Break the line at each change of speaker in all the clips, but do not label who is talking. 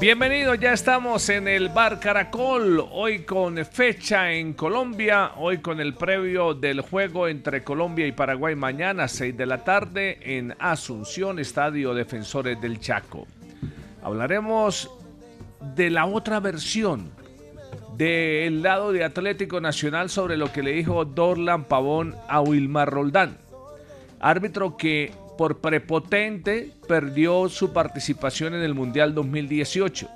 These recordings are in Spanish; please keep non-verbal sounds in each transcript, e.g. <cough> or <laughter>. Bienvenidos, ya estamos en el Bar Caracol, hoy con fecha en Colombia, hoy con el previo del juego entre Colombia y Paraguay mañana 6 de la tarde en Asunción, Estadio Defensores del Chaco. Hablaremos de la otra versión del lado de Atlético Nacional sobre lo que le dijo Dorlan Pavón a Wilmar Roldán, árbitro que por prepotente perdió su participación en el Mundial 2018.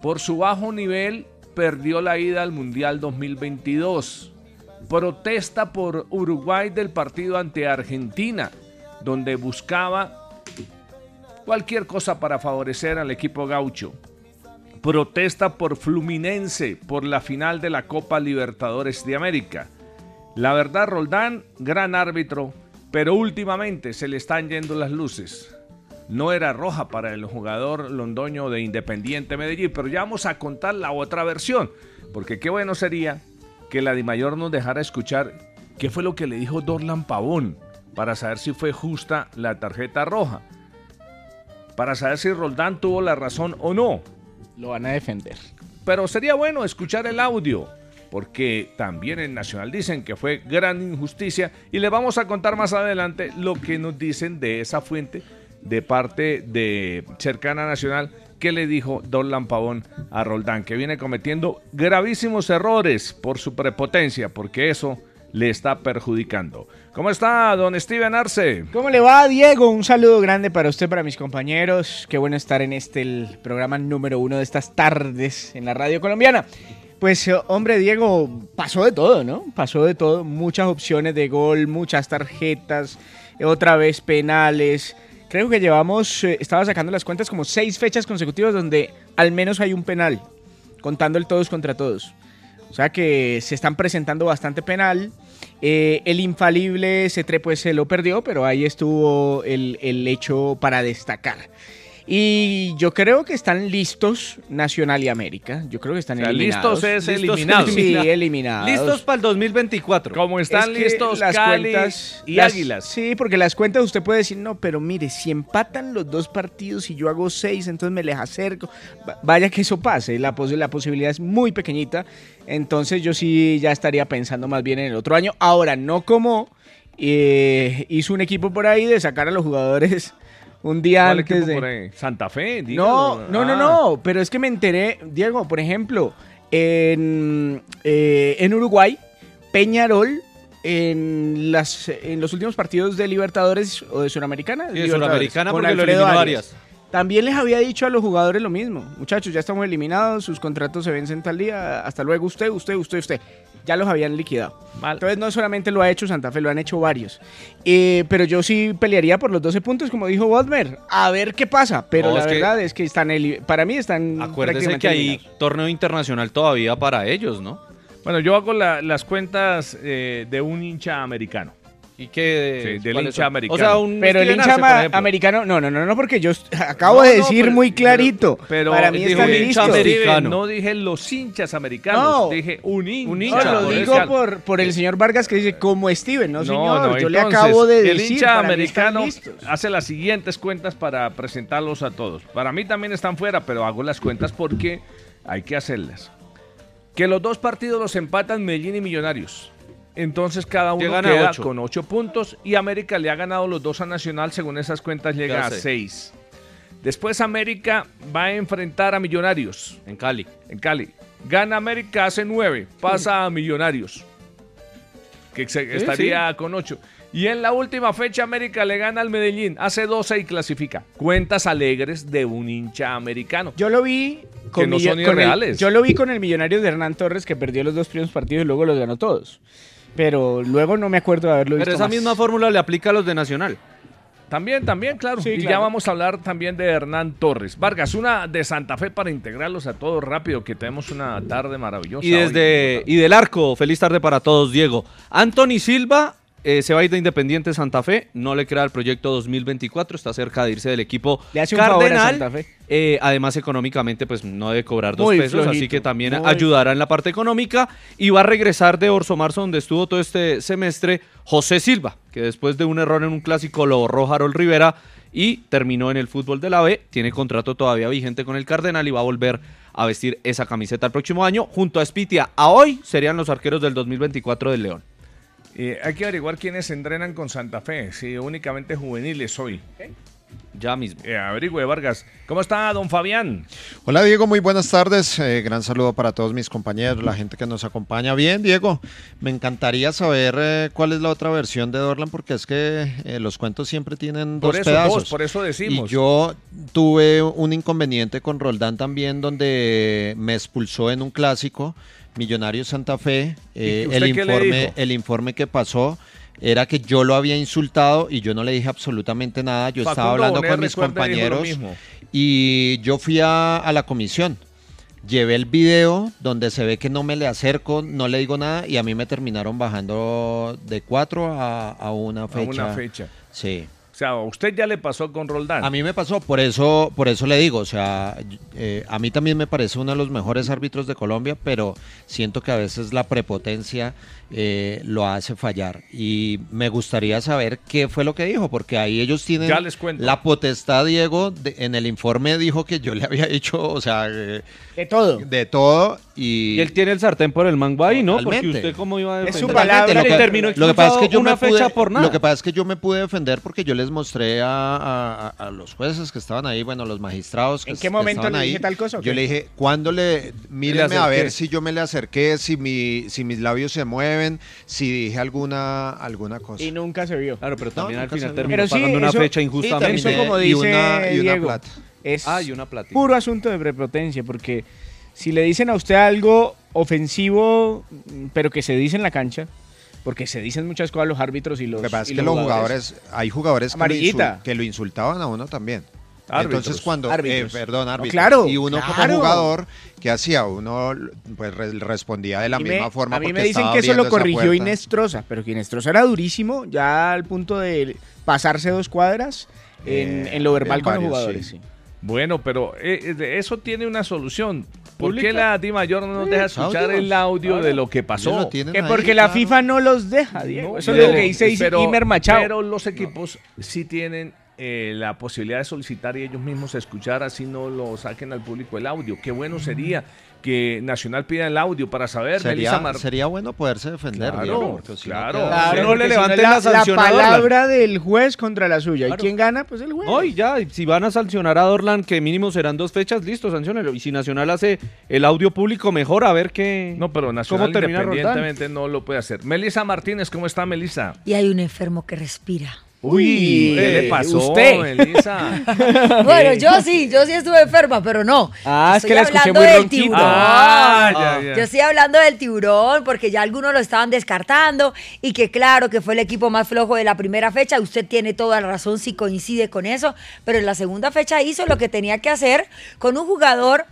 Por su bajo nivel perdió la ida al Mundial 2022. Protesta por Uruguay del partido ante Argentina, donde buscaba cualquier cosa para favorecer al equipo gaucho. Protesta por Fluminense por la final de la Copa Libertadores de América. La verdad, Roldán, gran árbitro, pero últimamente se le están yendo las luces. No era roja para el jugador londoño de Independiente Medellín, pero ya vamos a contar la otra versión, porque qué bueno sería que la Dimayor nos dejara escuchar qué fue lo que le dijo Dorlan Pavón para saber si fue justa la tarjeta roja, para saber si Roldán tuvo la razón o no.
Lo van a defender.
Pero sería bueno escuchar el audio porque también en Nacional dicen que fue gran injusticia y les vamos a contar más adelante lo que nos dicen de esa fuente de parte de Cercana Nacional que le dijo Don Pavón a Roldán, que viene cometiendo gravísimos errores por su prepotencia, porque eso le está perjudicando. ¿Cómo está, don Steven Arce?
¿Cómo le va, Diego? Un saludo grande para usted, para mis compañeros. Qué bueno estar en este el programa número uno de estas tardes en la radio colombiana. Pues hombre, Diego, pasó de todo, ¿no? Pasó de todo, muchas opciones de gol, muchas tarjetas, otra vez penales. Creo que llevamos, eh, estaba sacando las cuentas como seis fechas consecutivas donde al menos hay un penal, contando el todos contra todos. O sea que se están presentando bastante penal. Eh, el infalible Cetré pues se lo perdió, pero ahí estuvo el, el hecho para destacar. Y yo creo que están listos Nacional y América. Yo creo que están o sea, eliminados.
Listos es <laughs> eliminados.
<laughs> Sí, eliminados.
Listos para el 2024.
Como están es que listos las Cali cuentas, y
las,
Águilas.
Sí, porque las cuentas usted puede decir, no, pero mire, si empatan los dos partidos y yo hago seis, entonces me les acerco. Vaya que eso pase. La, pos la posibilidad es muy pequeñita. Entonces yo sí ya estaría pensando más bien en el otro año. Ahora, no como eh, hizo un equipo por ahí de sacar a los jugadores un día antes de...
Por ahí? Santa Fe,
dígalo. No, no,
Ah.
no, no, pero es que me enteré, Diego, por ejemplo, en, eh, en Uruguay, Peñarol, en, las, en los últimos partidos de Libertadores o de Suramericana.
Sí, de Suramericana porque lo eliminó Arias.
También les había dicho a los jugadores lo mismo. Muchachos, ya estamos eliminados, sus contratos se vencen tal día. Hasta luego, usted, usted, usted, usted. Ya los habían liquidado. Mal. Entonces, no solamente lo ha hecho Santa Fe, lo han hecho varios. Eh, pero yo sí pelearía por los 12 puntos, como dijo Bodmer. A ver qué pasa. Pero no, la es verdad que es que están. Para mí están.
Acuérdese que eliminados. hay torneo internacional todavía para ellos, ¿no?
Bueno, yo hago la, las cuentas eh, de un hincha americano.
¿Y qué?
Sí, del hincha son? americano. O
sea, un pero el hincha Arce, americano, no, no, no, no, porque yo acabo no, de decir no, pero, muy clarito.
Pero, pero para mí está listo. Americano. No dije los hinchas americanos, no, dije un hincha. Un hincha
lo digo por, por, por,
Eh,
el señor Vargas que dice como Steven, no, señor. yo entonces, le acabo de decir.
El hincha americano hace las siguientes cuentas para presentarlos a todos. Para mí también están fuera, pero hago las cuentas porque hay que hacerlas. Que los dos partidos los empatan Medellín y Millonarios. Entonces cada uno Llegan queda ocho. con 8 puntos y América le ha ganado los dos a Nacional, según esas cuentas llega a 6. Después América va a enfrentar a Millonarios
en Cali.
en Cali. Gana América, hace nueve, pasa a Millonarios, que se- estaría con ocho. Y en la última fecha América le gana al Medellín, hace 12 y clasifica. Cuentas alegres de un hincha americano.
Yo lo vi con,
Que no
Millo-
son
con el-
irreales.
yo lo vi con el millonario de Hernán Torres que perdió los dos primeros partidos y luego los ganó todos. Pero luego no me acuerdo de haberlo
Pero
visto.
esa
más.
misma fórmula le aplica a los de Nacional.
También, también, claro.
Sí,
y ya
claro.
vamos a hablar también de Hernán Torres. Vargas, una de Santa Fe para integrarlos a todos rápido, que tenemos una tarde maravillosa.
Y desde y del arco, feliz tarde para todos, Diego. Anthony Silva eh, se va a ir de Independiente Santa Fe, no le crea el proyecto 2024, está cerca de irse del equipo
Le hace un favor a
cardenal.
Santa Fe.
Eh, además, económicamente, pues no debe cobrar dos
Muy
pesos, así
flojito,
que también
muy-
ayudará en la parte económica. Y va a regresar de Orso Marzo, donde estuvo todo este semestre, José Silva, que después de un error en un clásico lo borró Harold Rivera y terminó en el fútbol de la B. Tiene contrato todavía vigente con el Cardenal y va a volver a vestir esa camiseta el próximo año junto a Spitia. A hoy serían los arqueros del 2024 del León.
Eh, hay que averiguar quiénes entrenan con Santa Fe, si únicamente juveniles hoy.
Ya mismo.
Eh, averigüe, Vargas. ¿Cómo está, don Fabián?
Hola Diego, muy buenas tardes. Eh, gran saludo para todos mis compañeros, la gente que nos acompaña. Bien, Diego, me encantaría saber eh, cuál es la otra versión de Dorlan, porque es que eh, los cuentos siempre tienen
Por
dos
eso,
pedazos.
dos, por eso decimos.
Y yo tuve un inconveniente con Roldán también, donde me expulsó en un clásico, Millonario Santa Fe. Eh,
usted
el,
qué le dijo?
informe, el informe que pasó era que yo lo había insultado y yo no le dije absolutamente nada. Yo
Facundo
estaba hablando
Bonet,
con mis
recuerde, dijo lo
compañeros
mismo.
y yo fui a, a la comisión. Llevé el video donde se ve que no me le acerco, no le digo nada y a mí me terminaron bajando de cuatro a, a una
A
fecha.
una fecha.
Sí.
O sea, a usted ya le pasó con Roldán.
A mí me pasó, por eso, por eso le digo, o sea, y- eh, a mí también me parece uno de los mejores árbitros de Colombia, pero siento que a veces la prepotencia eh, lo hace fallar. Y me gustaría saber qué fue lo que dijo, porque ahí ellos tienen
Ya les cuento.
la potestad, Diego, de- en el informe dijo que yo le había hecho, o sea, eh,
De todo.
de todo y...
Y él tiene el sartén por el mango ahí, ¿no? Porque
Totalmente.
usted cómo iba a
Es su
defender?
palabra
Totalmente,
y
terminó
lo que pasa es que yo
expulsado
me
una fecha
pude-
por nada.
Lo que pasa es que yo me pude defender porque yo les mostré a, a- a- a los jueces que estaban ahí, bueno, los magistrados que
¿En qué
que
momento
estaban
le dije
ahí.
tal cosa o
Yo
qué?
le dije, ¿cuándo le mírenme a
acerqué?
ver si yo me le acerqué, si mi si mis labios se mueven, si dije alguna alguna cosa?
Y nunca se vio.
Claro, pero
No,
también al
nunca
final
se-
terminó
Pero sí,
pagando una
eso-
fecha
sí,
injustamente.
Eso como dice
Y una- y una
Diego,
plata.
Es
Ah, y una plática.
puro asunto de prepotencia, porque si le dicen a usted algo ofensivo, pero que se dice en la cancha, porque se dicen muchas cosas los árbitros y los,
Lo que pasa es
y
que los jugadores, hay jugadores que lo,
Amarillita.
insul- que lo insultaban a uno también.
Árbitros.
Entonces cuando,
Árbitros.
eh, perdón,
No,
árbitro,
claro,
y uno
claro.
como jugador, ¿qué hacía? Uno pues re- respondía de la
Y me-
misma forma.
A mí me
porque
dicen
estaba
que eso
abriendo
lo
esa
corrigió
puerta.
Inés Troza, pero que Inés Troza era durísimo, ya al punto de pasarse dos cuadras en,
Eh,
en lo verbal
en
con los
varios,
jugadores.
sí.
Bueno, pero eh, eh, de eso tiene una solución. ¿Por
Pública.
qué la Di Mayor no nos deja escuchar
audios.
el audio de lo que
Ellos lo
pasó?
tienen
Que
ahí,
porque la
claro.
FIFA no los deja, Diego.
No,
eso
pero-
es lo que dice
pero-
Imer Machado.
Pero los equipos sí tienen eh, la posibilidad de solicitar y ellos mismos escuchar, así no lo saquen al público el audio. Qué
Mm.
bueno sería que Nacional pida el audio para saber, Melissa
Sería,
Mar-
sería bueno poderse defender.
Claro,
Diego, porque si no
claro.
queda-
Claro. no
porque
le
si
levanten
es
la sanción a
palabra del juez contra la suya. ¿Y
Claro.
quién gana? Pues el juez.
Hoy ya, si van a sancionar a Dorlan, que mínimo serán dos fechas, listo, sancionelo. Y si Nacional hace el audio público, mejor a ver qué.
No, pero Nacional
¿Cómo termina Roldán?
independientemente no lo puede hacer. Melissa Martínez, ¿cómo está Melissa?
Y hay un enfermo
<laughs>
que respira.
Uy,
¿qué
eh,
le pasó,
usted.
Melissa?
Bueno, yo sí, yo sí estuve enferma, pero no.
Ah, es
Estoy
que la escuché
hablando
muy
del
ronquita.
tiburón.
Ah, ya, ya.
Yo estoy hablando del tiburón porque ya algunos lo estaban descartando y que claro que fue el equipo más flojo de la primera fecha. Usted tiene toda la razón si coincide con eso, pero en la segunda fecha hizo lo que tenía que hacer con un jugador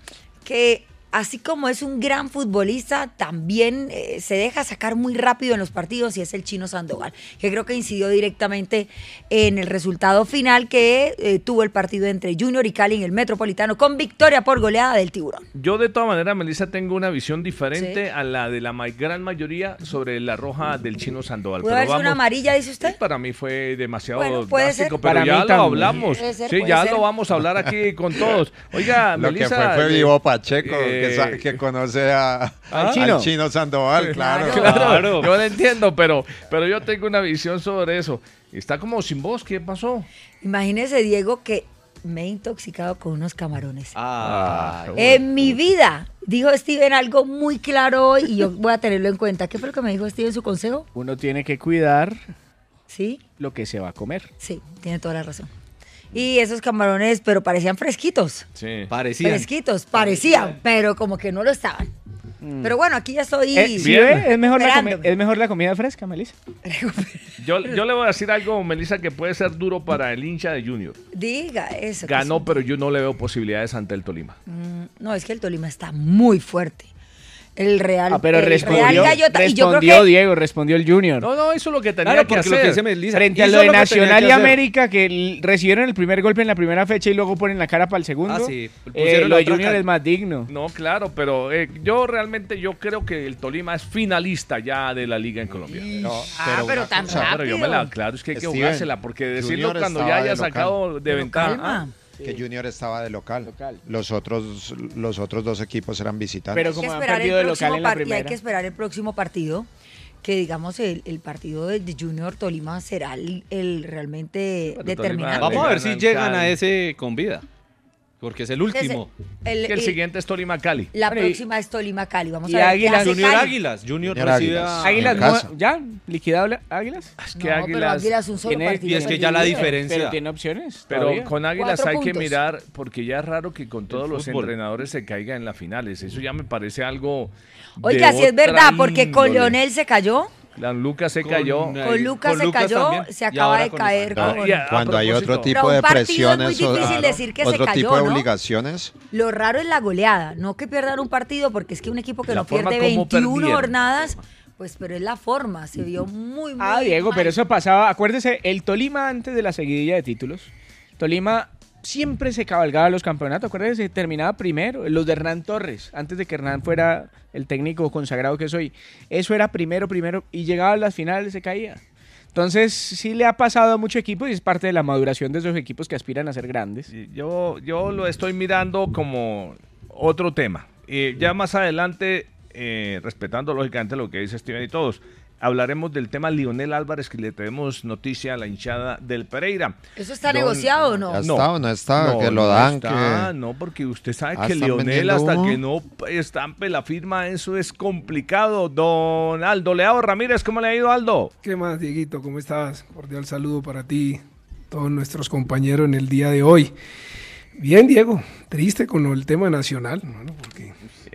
que así como es un gran futbolista, también eh, se deja sacar muy rápido en los partidos y es el chino Sandoval, que creo que incidió directamente en el resultado final que eh, tuvo el partido entre Junior y Cali en el Metropolitano con victoria por goleada del tiburón.
Yo de todas maneras, Melissa, tengo una visión diferente
Sí.
a la de la ma- gran mayoría sobre la roja del chino Sandoval.
¿Puede
Pero
haberse una
vamos,
amarilla, dice usted?
para mí fue demasiado
Bueno, puede
drástico,
ser.
pero
Para
ya
mí
lo
también.
hablamos.
Puede ser,
sí,
puede
ya
ser.
lo vamos a hablar aquí con todos. Oiga,
Lo que
Melissa,
fue fue
eh,
vivo Pacheco,
eh,
que, sa-
<laughs>
que conoce a,
¿Al chino?
Sandoval, claro.
Claro.
Claro, yo lo entiendo, pero, pero yo tengo una visión sobre eso. Está como sin voz, ¿qué pasó?
Imagínese, Diego, que me he intoxicado con unos camarones.
Ah,
En mi vida, dijo Steven algo muy claro hoy y yo voy a tenerlo en cuenta. ¿Qué fue lo que me dijo Steven su consejo?
Uno tiene que cuidar
Sí,
lo que se va a comer.
sí, tiene toda la razón. Y esos camarones, pero parecían fresquitos.
Sí.
parecía.
Fresquitos, parecían, pero como que no lo estaban. Pero bueno, aquí ya estoy.
Mm. Eh, ¿sí
Bien.
ve? Es, mejor la comi-
Esperándome.
es mejor la comida fresca, Melissa.
Yo, yo le voy a decir algo, Melissa, que puede ser duro para el hincha de Junior.
Diga eso. que
Ganó, pero yo no le veo posibilidades ante el Tolima.
Mm, No, es que el Tolima está muy fuerte. El Real.
Ah, pero
el
respondió,
Real Gallota. y yo creo
respondió
que-
Diego, respondió el Junior.
No, no, hizo lo que tenía
Claro,
que
porque lo que
hacer.
dice Melissa.
Frente a
hizo
lo de
que tenía
Nacional
que
y
hacer.
América, que l- recibieron el primer golpe en la primera fecha y luego ponen la cara para el segundo.
Ah, sí.
Eh,
Pusieron
lo
la
de
otra
Junior
cara.
es más digno.
No, claro, pero eh, yo realmente yo creo que el Tolima es finalista ya de la liga en Colombia.
Ah, pero tan
O sea, pero yo me la,
rápido.
claro, es que hay que
Steven,
jugársela, porque decirlo
Junior
cuando ya
estaba
haya
de local.
sacado de
Pero
ventaja. Ah,
calma.
que Junior estaba de local.
Local.
Los, otros, los otros dos equipos eran visitantes.
Pero
Hay que
como han
esperar el
perdido de local
próximo
en la
par- y hay
primera.
que esperar el próximo partido, que digamos el, el partido de de Junior Tolima será el, el realmente
Pero Tolima-
determinante.
Vamos a ver si
Ganan,
llegan a
Cali.
ese con vida. Porque es el último.
Entonces, el-
Que el
el-
siguiente es Tolima Cali.
la
Bueno, y-
próxima es Tolima Cali. Vamos
y
a ver
Águilas,
qué hace
Junior
Cali.
Águilas. Junior
Junior
recibe
Águilas.
a.
Águilas,
en
no-
casa.
¿ya? ¿Liquidado la- Águilas?
Es
No,
que
pero
Águilas.
Águilas un solo
Tiene-
partido.
Y es que ya la
perdido.
diferencia.
Pero tiene opciones.
Pero
todavía.
con Águilas
Cuatro
hay que
puntos.
mirar, porque ya es raro que con todos los
fútbol.
entrenadores se caiga en las finales. Eso ya me parece algo. de
Oiga, si es
otra
verdad, porque con
índole.
Leonel se cayó,
La Lucas se
Con-
cayó.
eh,
con Lucas
con
se
Lucas
cayó,
también.
se
Y
acaba
ahora
de
con
caer
Espanyol.
con...
y a- a
Cuando hay
propósito,
otro tipo
Pero
de
un partido es muy
presiones, o-
difícil
claro,
decir que se
otro
cayó,
tipo de
¿no?
obligaciones,
Lo raro es la goleada, no que pierdan un partido, porque es que un equipo que
La
no
forma
pierde
como
21
perdieron.
jornadas, pues pero es la forma, se vio muy, muy
Ah, Diego,
mal.
pero eso pasaba. Acuérdese, el Tolima antes de la seguidilla de títulos, Tolima siempre se cabalgaba los campeonatos. Acuérdese, terminaba primero. Los de Hernán Torres, antes de que Hernán fuera el técnico consagrado que soy. Eso era primero, primero. Y llegaba a las finales, se caía. Entonces, sí le ha pasado a mucho equipo y es parte de la maduración de esos equipos que aspiran a ser grandes.
Sí, Yo, yo lo estoy mirando como otro tema. Eh, ya más adelante, eh, respetando lógicamente lo que dice Steven y todos, hablaremos del tema Lionel Álvarez, que le tenemos noticia a la hinchada del Pereira.
¿Eso está
Don-
negociado o no?
Ya está o no está, que lo dan,
está,
que-
No, porque usted sabe
Ah,
que
están
Lionel,
vendiendo
hasta
humo.
que no estampe la firma, eso es complicado. Don Aldo Leao Ramírez, ¿cómo le ha ido, Aldo?
¿Qué más, Dieguito? ¿Cómo estás? Cordial saludo para ti, todos nuestros compañeros en el día de hoy. Bien, Diego, triste con el tema nacional, bueno, porque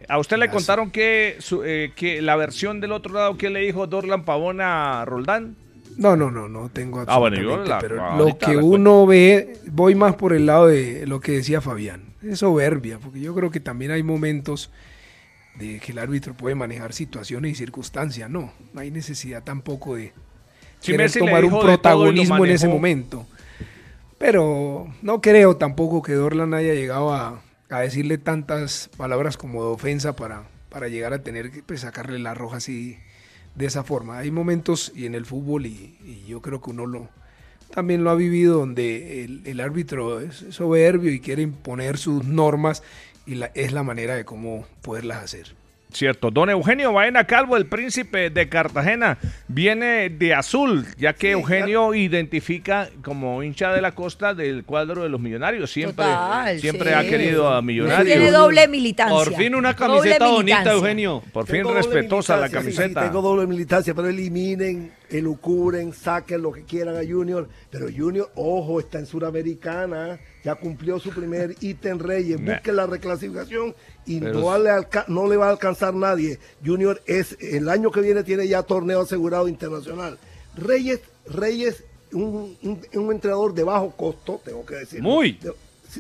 A usted le contaron que, su- eh, que la versión del otro lado que le dijo Dorlan Pavón a Roldán.
no, no, no, no tengo
Ah, bueno, yo
absolutamente,
la-
pero
ahorita
lo que
la
uno ve, voy más por el lado de lo que decía Fabián, es soberbia, porque yo creo que también hay momentos de que el árbitro puede manejar situaciones y circunstancias, no, no hay necesidad tampoco de,
Si
querer
Messi le
tomar
dijo
un
de todo y lo
protagonismo en ese
manejó.
momento. Pero no creo tampoco que Dorlan haya llegado a, a decirle tantas palabras como de ofensa para, para llegar a tener que pues, sacarle la roja así de esa forma. Hay momentos y en el fútbol y, y yo creo que uno lo también lo ha vivido donde el, el árbitro es soberbio y quiere imponer sus normas y la- es la manera de cómo poderlas hacer.
Cierto, don Eugenio Baena Calvo, el príncipe de Cartagena, viene de azul, ya que Eugenio identifica como hincha de la costa del cuadro de los millonarios. Siempre,
Total,
siempre
sí.
ha querido a
Él
millonarios.
tiene doble militancia.
Por fin una
Doble
camiseta bonita,
militancia.
Eugenio.
Por fin
Tengo doble
respetuosa la
militancia, sí, sí,
camiseta.
tengo doble militancia, pero eliminen, elucubren, saquen lo que quieran a Junior. Pero Junior, ojo, está en Suramericana, ya cumplió su primer ítem Reyes.
Nah.
Busque la reclasificación y
Pero
no,
es-
le alca- no le va a alcanzar nadie. Junior es, el año que viene tiene ya torneo asegurado internacional. Reyes, Reyes, un, un- un entrenador de bajo costo, tengo que decirlo.
Muy.
De-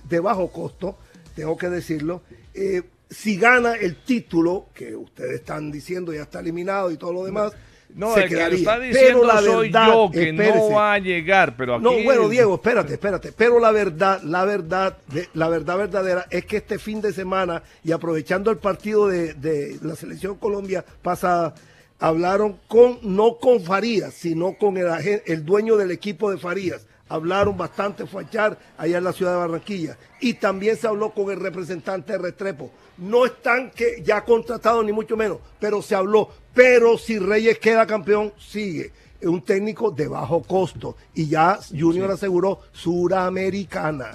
de bajo costo, tengo que decirlo. Eh, si gana el título, que ustedes están diciendo ya está eliminado y todo lo demás,
No,
se
el que lo
quedaría.
está
Pero
diciendo
la
soy
verdad,
yo, que no
espérese.
va a llegar, pero aquí...
No, bueno, Diego, espérate, espérate. Pero la verdad, la verdad, de- la verdad verdadera es que este fin de semana, y aprovechando el partido de, de la selección Colombia pasada, hablaron con, no con Farías, sino con el, agen- el dueño del equipo de Farías. Hablaron bastante Fachar allá en la ciudad de Barranquilla. Y también se habló con el representante de Restrepo. No están que ya contratados ni mucho menos, pero se habló. Pero si Reyes queda campeón, sigue es un técnico de bajo costo y ya Junior aseguró Suramericana.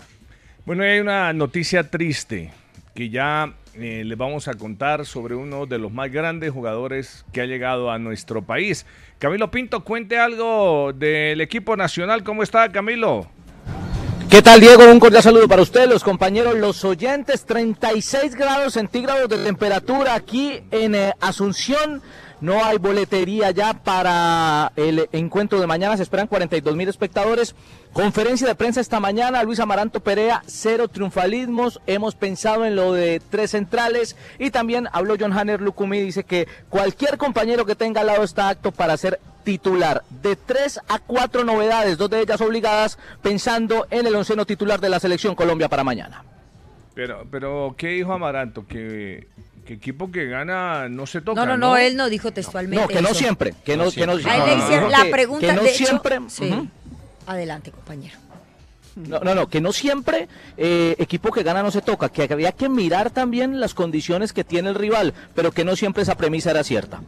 Bueno, hay una noticia triste que ya eh, les vamos a contar sobre uno de los más grandes jugadores que ha llegado a nuestro país. Camilo Pinto, cuente algo del equipo nacional. ¿Cómo está, Camilo?
¿Qué tal, Diego? Un cordial saludo para ustedes, los compañeros, los oyentes. 36 grados centígrados de temperatura aquí en eh, Asunción. No hay boletería ya para el encuentro de mañana. Se esperan 42 mil espectadores. Conferencia de prensa esta mañana. Luis Amaranto Perea, cero triunfalismos. Hemos pensado en lo de tres centrales. Y también habló John Hanner Lucumí. Dice que cualquier compañero que tenga al lado está acto para ser titular. De tres a cuatro novedades, dos de ellas obligadas, pensando en el onceno titular de la selección Colombia para mañana.
Pero, pero ¿qué dijo Amaranto? Que, que equipo que gana no se toca.
No, no, no, él no dijo textualmente.
No, que no
eso.
siempre. Que no, que no-
A él le hicieron la
que-
pregunta
que no
de hecho-
siempre.
sí.
ujú.
Adelante, compañero.
No, no, no, que no siempre eh, equipo que gana no se toca, que había que mirar también las condiciones que tiene el rival, pero que no siempre esa premisa era cierta.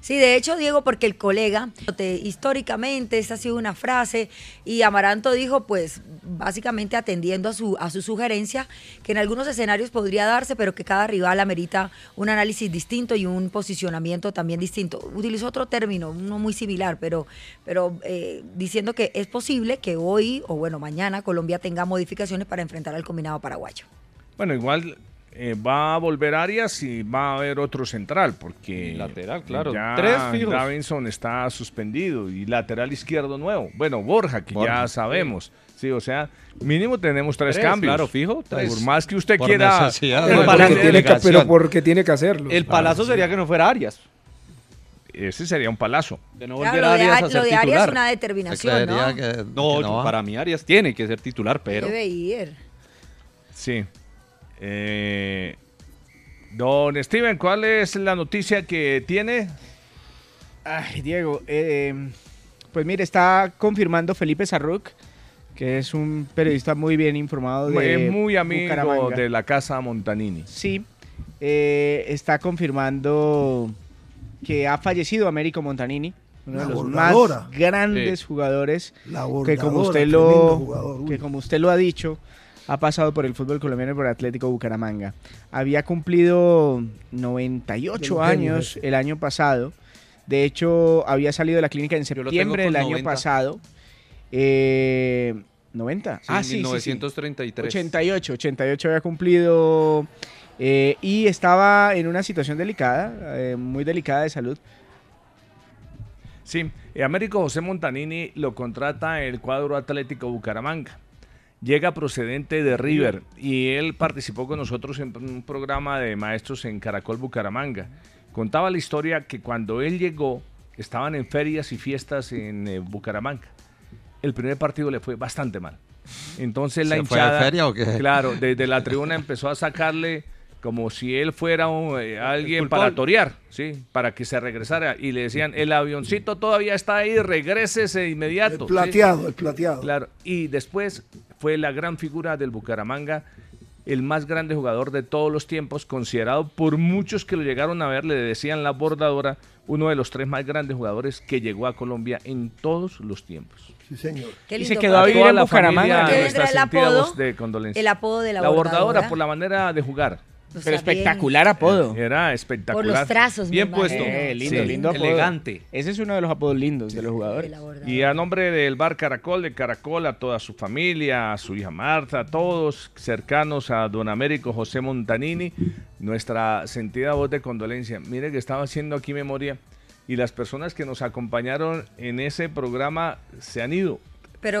Sí, de hecho, Diego, porque el colega, te- históricamente, esa ha sido una frase, y Amaranto dijo, pues, básicamente atendiendo a su, a su sugerencia, que en algunos escenarios podría darse, pero que cada rival amerita un análisis distinto y un posicionamiento también distinto. Utilizó otro término, uno muy similar, pero, pero eh, diciendo que es posible que hoy, o bueno, mañana, Colombia tenga modificaciones para enfrentar al combinado paraguayo.
Bueno, igual eh, va a volver Arias y va a haber otro central, porque.
Lateral, claro.
Ya
Tres fijos.
Davinson está suspendido y lateral izquierdo nuevo. Bueno, Borja, que
Borja,
ya sabemos. Sí, o sea, mínimo tenemos tres,
Tres,
cambios.
claro, fijo, tres.
Por más que usted
Por
quiera.
necesidad,
El
Pero
palazo
porque
de
tiene que-
delegación.
pero porque tiene que hacerlo.
El palazo sería que no fuera Arias.
Ese sería un palazo.
De no
Claro,
volver
lo,
a
de,
Arias
A-
a
lo
ser
de Arias
titular.
es una determinación,
Declararía
¿no?
que- que
No,
no va.
para mí Arias tiene que ser titular, pero
Debe ir.
Sí. Eh, don Steven, ¿cuál es la noticia que tiene?
Ay, Diego, eh, pues mire, está confirmando Felipe Sarruc, que es un periodista muy bien informado de
es muy amigo
Bucaramanga.
de la casa Montanini.
Sí, eh, está confirmando que ha fallecido Américo Montanini, uno de
La
los
voladora.
más grandes jugadores
La
que como
bordadora,
usted
tremendo
lo
jugador, uy.
que como usted lo ha dicho ha pasado por el fútbol colombiano y por Atlético Bucaramanga. Había cumplido 98
Del genio,
años el año pasado. De hecho, había salido de la clínica en
Yo lo tengo
septiembre del
con
año
90.
pasado. Eh, 90.
sí,
ah, sí, sí, sí.
1933.
88, 88 había cumplido eh, y estaba en una situación delicada, eh, muy delicada de
<laughs>
salud.
Sí, eh, Américo José Montanini lo contrata el cuadro Atlético Bucaramanga. Llega procedente de River y él participó con nosotros en un programa de maestros en Caracol Bucaramanga. Contaba la historia que cuando él llegó estaban en ferias y fiestas en eh, Bucaramanga. El primer partido le fue bastante mal. Entonces la
¿Se fue de
hinchada,
feria o qué?
claro, desde la tribuna empezó a sacarle como si él fuera un, eh, alguien para
culpable.
torear, sí, para que se regresara y le decían el avioncito todavía está ahí, regrésese de
El
inmediato. ¿sí?
plateado, el plateado.
Claro, y después fue la gran figura del Bucaramanga, el más grande jugador de todos los tiempos, considerado por muchos que lo llegaron a ver, le decían la bordadora, uno de los tres más grandes jugadores que llegó a Colombia en todos los tiempos.
Sí, señor.
Qué
Y se
lindo
quedó a
cuadro.
vivir en Bucaramanga.
familia,
¿Qué vendrá
nuestra
el
sentida
apodo?
voz de condolencia.
El apodo de la,
La bordadora
bordadora.
por la manera de jugar.
O sea,
pero espectacular apodo.
Eh, Era
bien,
espectacular.
Por los trazos. me
Bien
imagino.
puesto.
Eh, lindo,
Sí.
lindo apodo.
Elegante.
Ese es uno de los apodos lindos de los
De
jugadores.
la bordadora.
Y a nombre del bar Caracol, de Caracol, a toda su familia, a su hija Marta, a todos cercanos a don Américo José Montanini, nuestra sentida voz de condolencia. Mire que estaba haciendo aquí memoria y las personas que nos acompañaron en ese programa se han ido.
Pero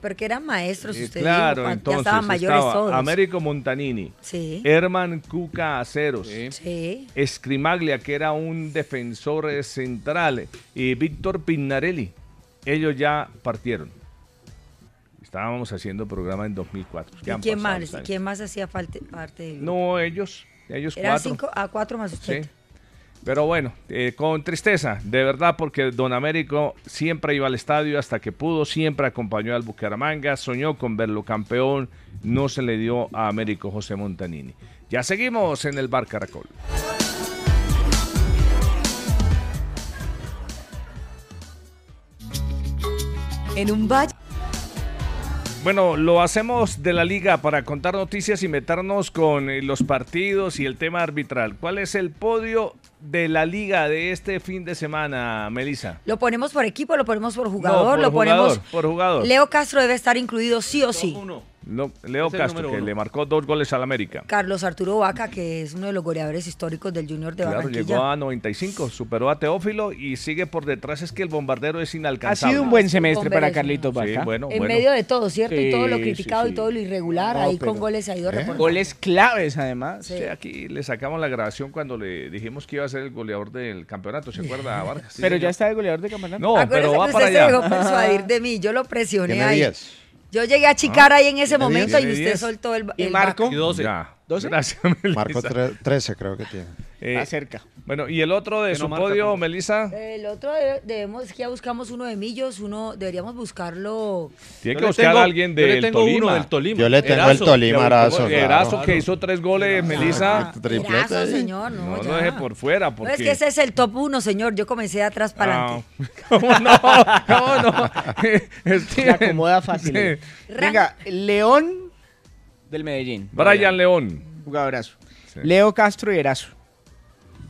Porque eran maestros
Sí,
ustedes.
Eh, claro,
dijo,
entonces
ya estaban mayores
estaba
todos.
Américo Montanini,
Sí.
Herman Cuca Aceros,
Sí.
Escrimaglia, que era un defensor eh, central, y Víctor Pignarelli. Ellos ya partieron. Estábamos haciendo programa en 2004.
¿Y
Ya han
quién
pasado
más?
los años.
¿Quién más hacía falta parte del grupo?
No, ellos. Ellos
Eran
cuatro.
cinco a cuatro más
Sí.
usted.
Pero bueno, eh, con tristeza, de verdad, porque Don Américo siempre iba al estadio hasta que pudo, siempre acompañó al Bucaramanga, soñó con verlo campeón, no se le dio a Américo José Montanini. Ya seguimos en el Bar Caracol.
En un valle.
Bueno, lo hacemos de la liga para contar noticias y meternos con eh, los partidos y el tema arbitral. ¿Cuál es el podio de la liga de este fin de semana, Melissa?
Lo ponemos por equipo, lo ponemos por jugador,
No, por
lo ponemos.
jugador, por jugador.
Leo Castro debe estar incluido sí o sí.
No, Leo
Es el
Castro,
número
que
uno.
le marcó dos goles al América.
Carlos Arturo Vaca, que es uno de los goleadores históricos del Junior de
Claro,
Barranquilla.
llegó a 95, superó a Teófilo y sigue por detrás. Es que el bombardero es inalcanzable.
Ha sido un buen semestre para
Hombre,
Carlitos
Sí,
Vaca.
bueno,
en
bueno.
medio de todo, ¿cierto? y todo lo
Sí,
criticado
sí, sí.
y todo lo irregular,
No,
ahí
pero-
con goles
¿eh?
ha ido reportando.
¿Eh? Goles claves, además.
Sí, aquí le sacamos la grabación cuando le dijimos que iba a ser el goleador del campeonato, ¿se acuerda, Vargas? Sí,
pero
señor.
ya está el goleador de campeonato.
No,
Acuérdese
pero va
que
para
usted se dejó
allá.
persuadir de mí, yo lo presioné
Tiene
ahí.
10.
Yo llegué a chicar
Ah,
ahí en ese
tiene
momento
10.
y usted
Tiene 10.
soltó el,
¿Y
el
Marco?
vaca.
Y
12. Gracias, Melissa.
Marco tre- 13 creo que tiene.
Eh, Bueno, y el otro de
Que no
su
marca
podio,
tampoco.
Melissa.
El otro debe- debemos, que ya buscamos uno de Millos, uno deberíamos buscarlo.
Tiene
Yo
que
le
buscar
tengo-
a alguien
yo le
del
tengo
Tolima.
uno del Tolima.
Yo le tengo el Tolima,
Le-
Erazo,
Erazo
claro. Ah,
que hizo tres goles, Melissa.
Triplete Erazo, ahí.
señor, no,
No
ya.
lo deje por fuera.
No,
Porque... Ah,
es que
<laughs>
ese es el top uno, señor. Yo comencé de atrás para adelante.
No, no. <laughs> Se
acomoda fácil. eh. Venga, León del Medellín.
Brian León.
Jugadorazo. Leo Castro y Erazo.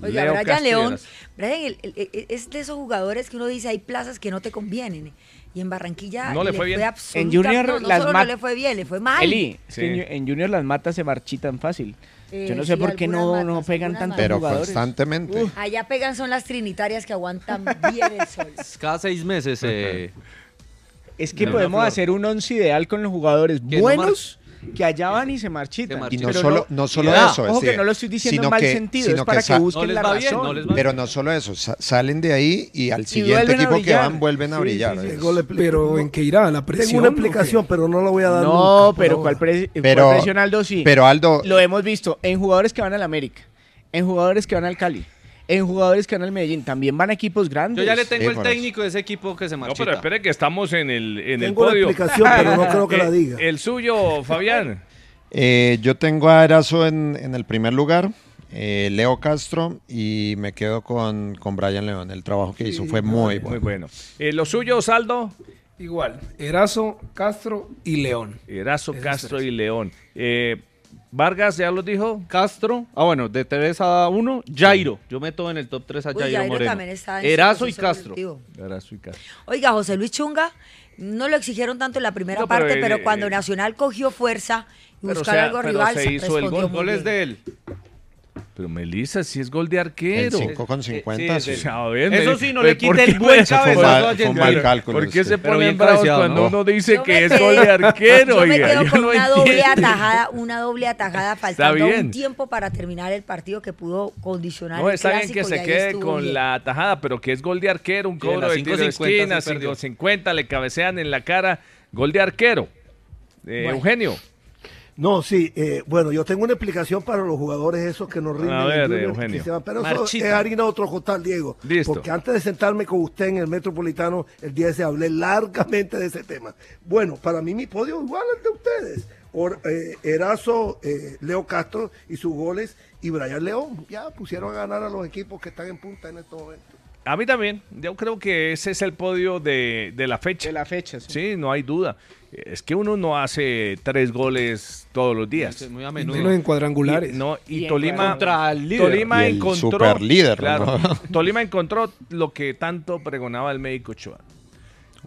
Oiga, Brian León, Brian, el- el- el- es de esos jugadores que uno dice hay plazas que no te convienen. Y en Barranquilla
No le fue bien. En
absoluta-
Junior
no, no
las
solo no
mat-
le fue bien, le fue mal.
Eli, es que en Ju- en Junior las matas se marchitan fácil.
Eh,
Yo no sé
sí,
por qué no,
algunas
no
matas,
pegan
algunas
tantos
Pero
jugadores.
constantemente.
Allá pegan son las trinitarias
<laughs>
que aguantan bien el sol.
Cada seis meses. eh,
Es que
León
podemos
Flor.
hacer un once ideal con los jugadores
no
buenos que allá van y se marchitan.
Y no
Pero
solo, no solo
Ah,
eso, es
Ojo que
decir,
no lo estoy diciendo
sino
en mal
que-
sentido,
sino
es para que,
sa-
busquen la razón.
Pero no solo eso, sa- salen de ahí y al siguiente
vuelven a
equipo que
brillar.
van vuelven a
Sí,
brillar.
sí, sí.
Es-
Pero en qué irá la presión.
Tengo una explicación, pero no la voy a dar.
No,
nunca, por
pero
ahora.
¿cuál, pre- cuál
Pero-
presión, Aldo? Sí.
pero, Aldo-
Lo hemos visto en jugadores que van al América, en jugadores que van al Cali, en jugadores que van al Medellín. También van a equipos grandes.
Yo ya le tengo el técnico de ese equipo que se marchita.
pero espere que estamos en el, en el
Tengo la
podio.
explicación,
<laughs>
pero no creo que la
Eh,
diga.
El suyo, Fabián.
Eh, yo tengo a Erazo en, en el primer lugar, eh, Leo Castro y me quedo con, con Brian León. El trabajo que hizo fue muy bueno.
Muy bueno. Eh, lo suyo, Saldo.
Igual, Erazo, Castro y León.
Erazo,
Esos
Castro
tres.
y León. Eh, Vargas ya lo dijo.
Castro. Ah, bueno, de 3 a 1, Jairo. Yo meto en el top 3 a
Uy,
Jairo,
Jairo
Moreno.
también está en su
Erazo y
proceso
Castro.
evolutivo.
Erazo y Castro.
Oiga, José Luis Chunga, no lo exigieron tanto en la primera
No, pero
parte, pero,
el-
cuando Nacional cogió fuerza y buscar
sea,
algo
eh, pero
rival,
se
se
hizo el
respondió
gol.
muy bien.
Goles de él.
Pero Melissa, si es gol de arquero.
El cinco con cincuenta, sí.
A ver,
Eso
Mel-
sí, no le
¿por
quita
qué
el buen
eso? Fue
cabezazo
mal-
a
fue
Allende.
mal cálculo
¿Por qué
usted.
se
Pero
ponen
bien
bravos
cabeceado,
cuando uno
dice
Yo
que
me
es
quedé-
gol de arquero,
Yo me
oiga,
quedo
yo
con
no
una doble
entiendo.
atajada, una doble atajada faltando
bien.
un tiempo para terminar el partido que pudo condicionar
No,
el
está bien
clásico
que
y
se
ahí
quede
estuvo
con
bien.
la tajada, pero que es gol de arquero, un
Sí, en
cobro
la
de tiro de
5.50
esquina,
se perdió.
5.50, le cabecean en la cara, gol de arquero. Eh,
Bueno.
Eugenio.
No, sí, eh, bueno, yo tengo una explicación para los jugadores esos que no rinden.
A
en
ver, eh,
Junior,
Eugenio.
que se van, pero
Marchita.
eso es harina de otro costal, Diego.
Listo.
Porque antes de sentarme con usted en el Metropolitano, el día ese hablé largamente de ese tema. Bueno, para mí mi podio igual al de ustedes. Or- eh, Erazo, eh, Leo Castro y sus goles y Brian León. Ya pusieron a ganar a los equipos que están en este punta en estos momentos.
A mí también. Yo creo que ese es el podio de, de la fecha. De
la fecha, sí.
no hay duda. Es que uno no hace tres goles todos los días.
Muy a
menudo. menos en cuadrangulares.
Y, no, y,
Y en
Tolima,
contra el líder.
Tolima
Y el
encontró.
superlíder, <laughs>
claro,
¿no?
Tolima encontró lo que tanto pregonaba el médico Ochoa.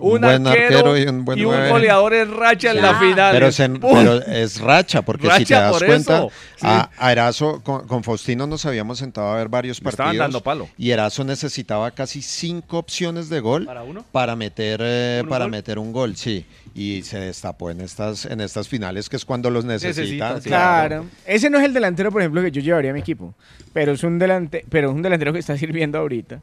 Un buen arquero y un buen nueve.
goleador en racha en la final.
Pero, se-
¡Pum!
pero es racha, porque si te
Racha
das
por
cuenta,
eso.
a, a Erazo, con, con Faustino nos habíamos sentado a ver varios
Le estaban
partidos.
dando palo.
Y Erazo necesitaba casi cinco opciones de gol
¿Para uno?
meter, eh,
un
para
gol?
meter un gol, sí. Y se destapó en estas, en estas finales, que es cuando los necesita.
Claro. Ese no es el delantero, por ejemplo, que yo llevaría a mi equipo. Pero es un, delante pero es un delantero que está <laughs> sirviendo ahorita.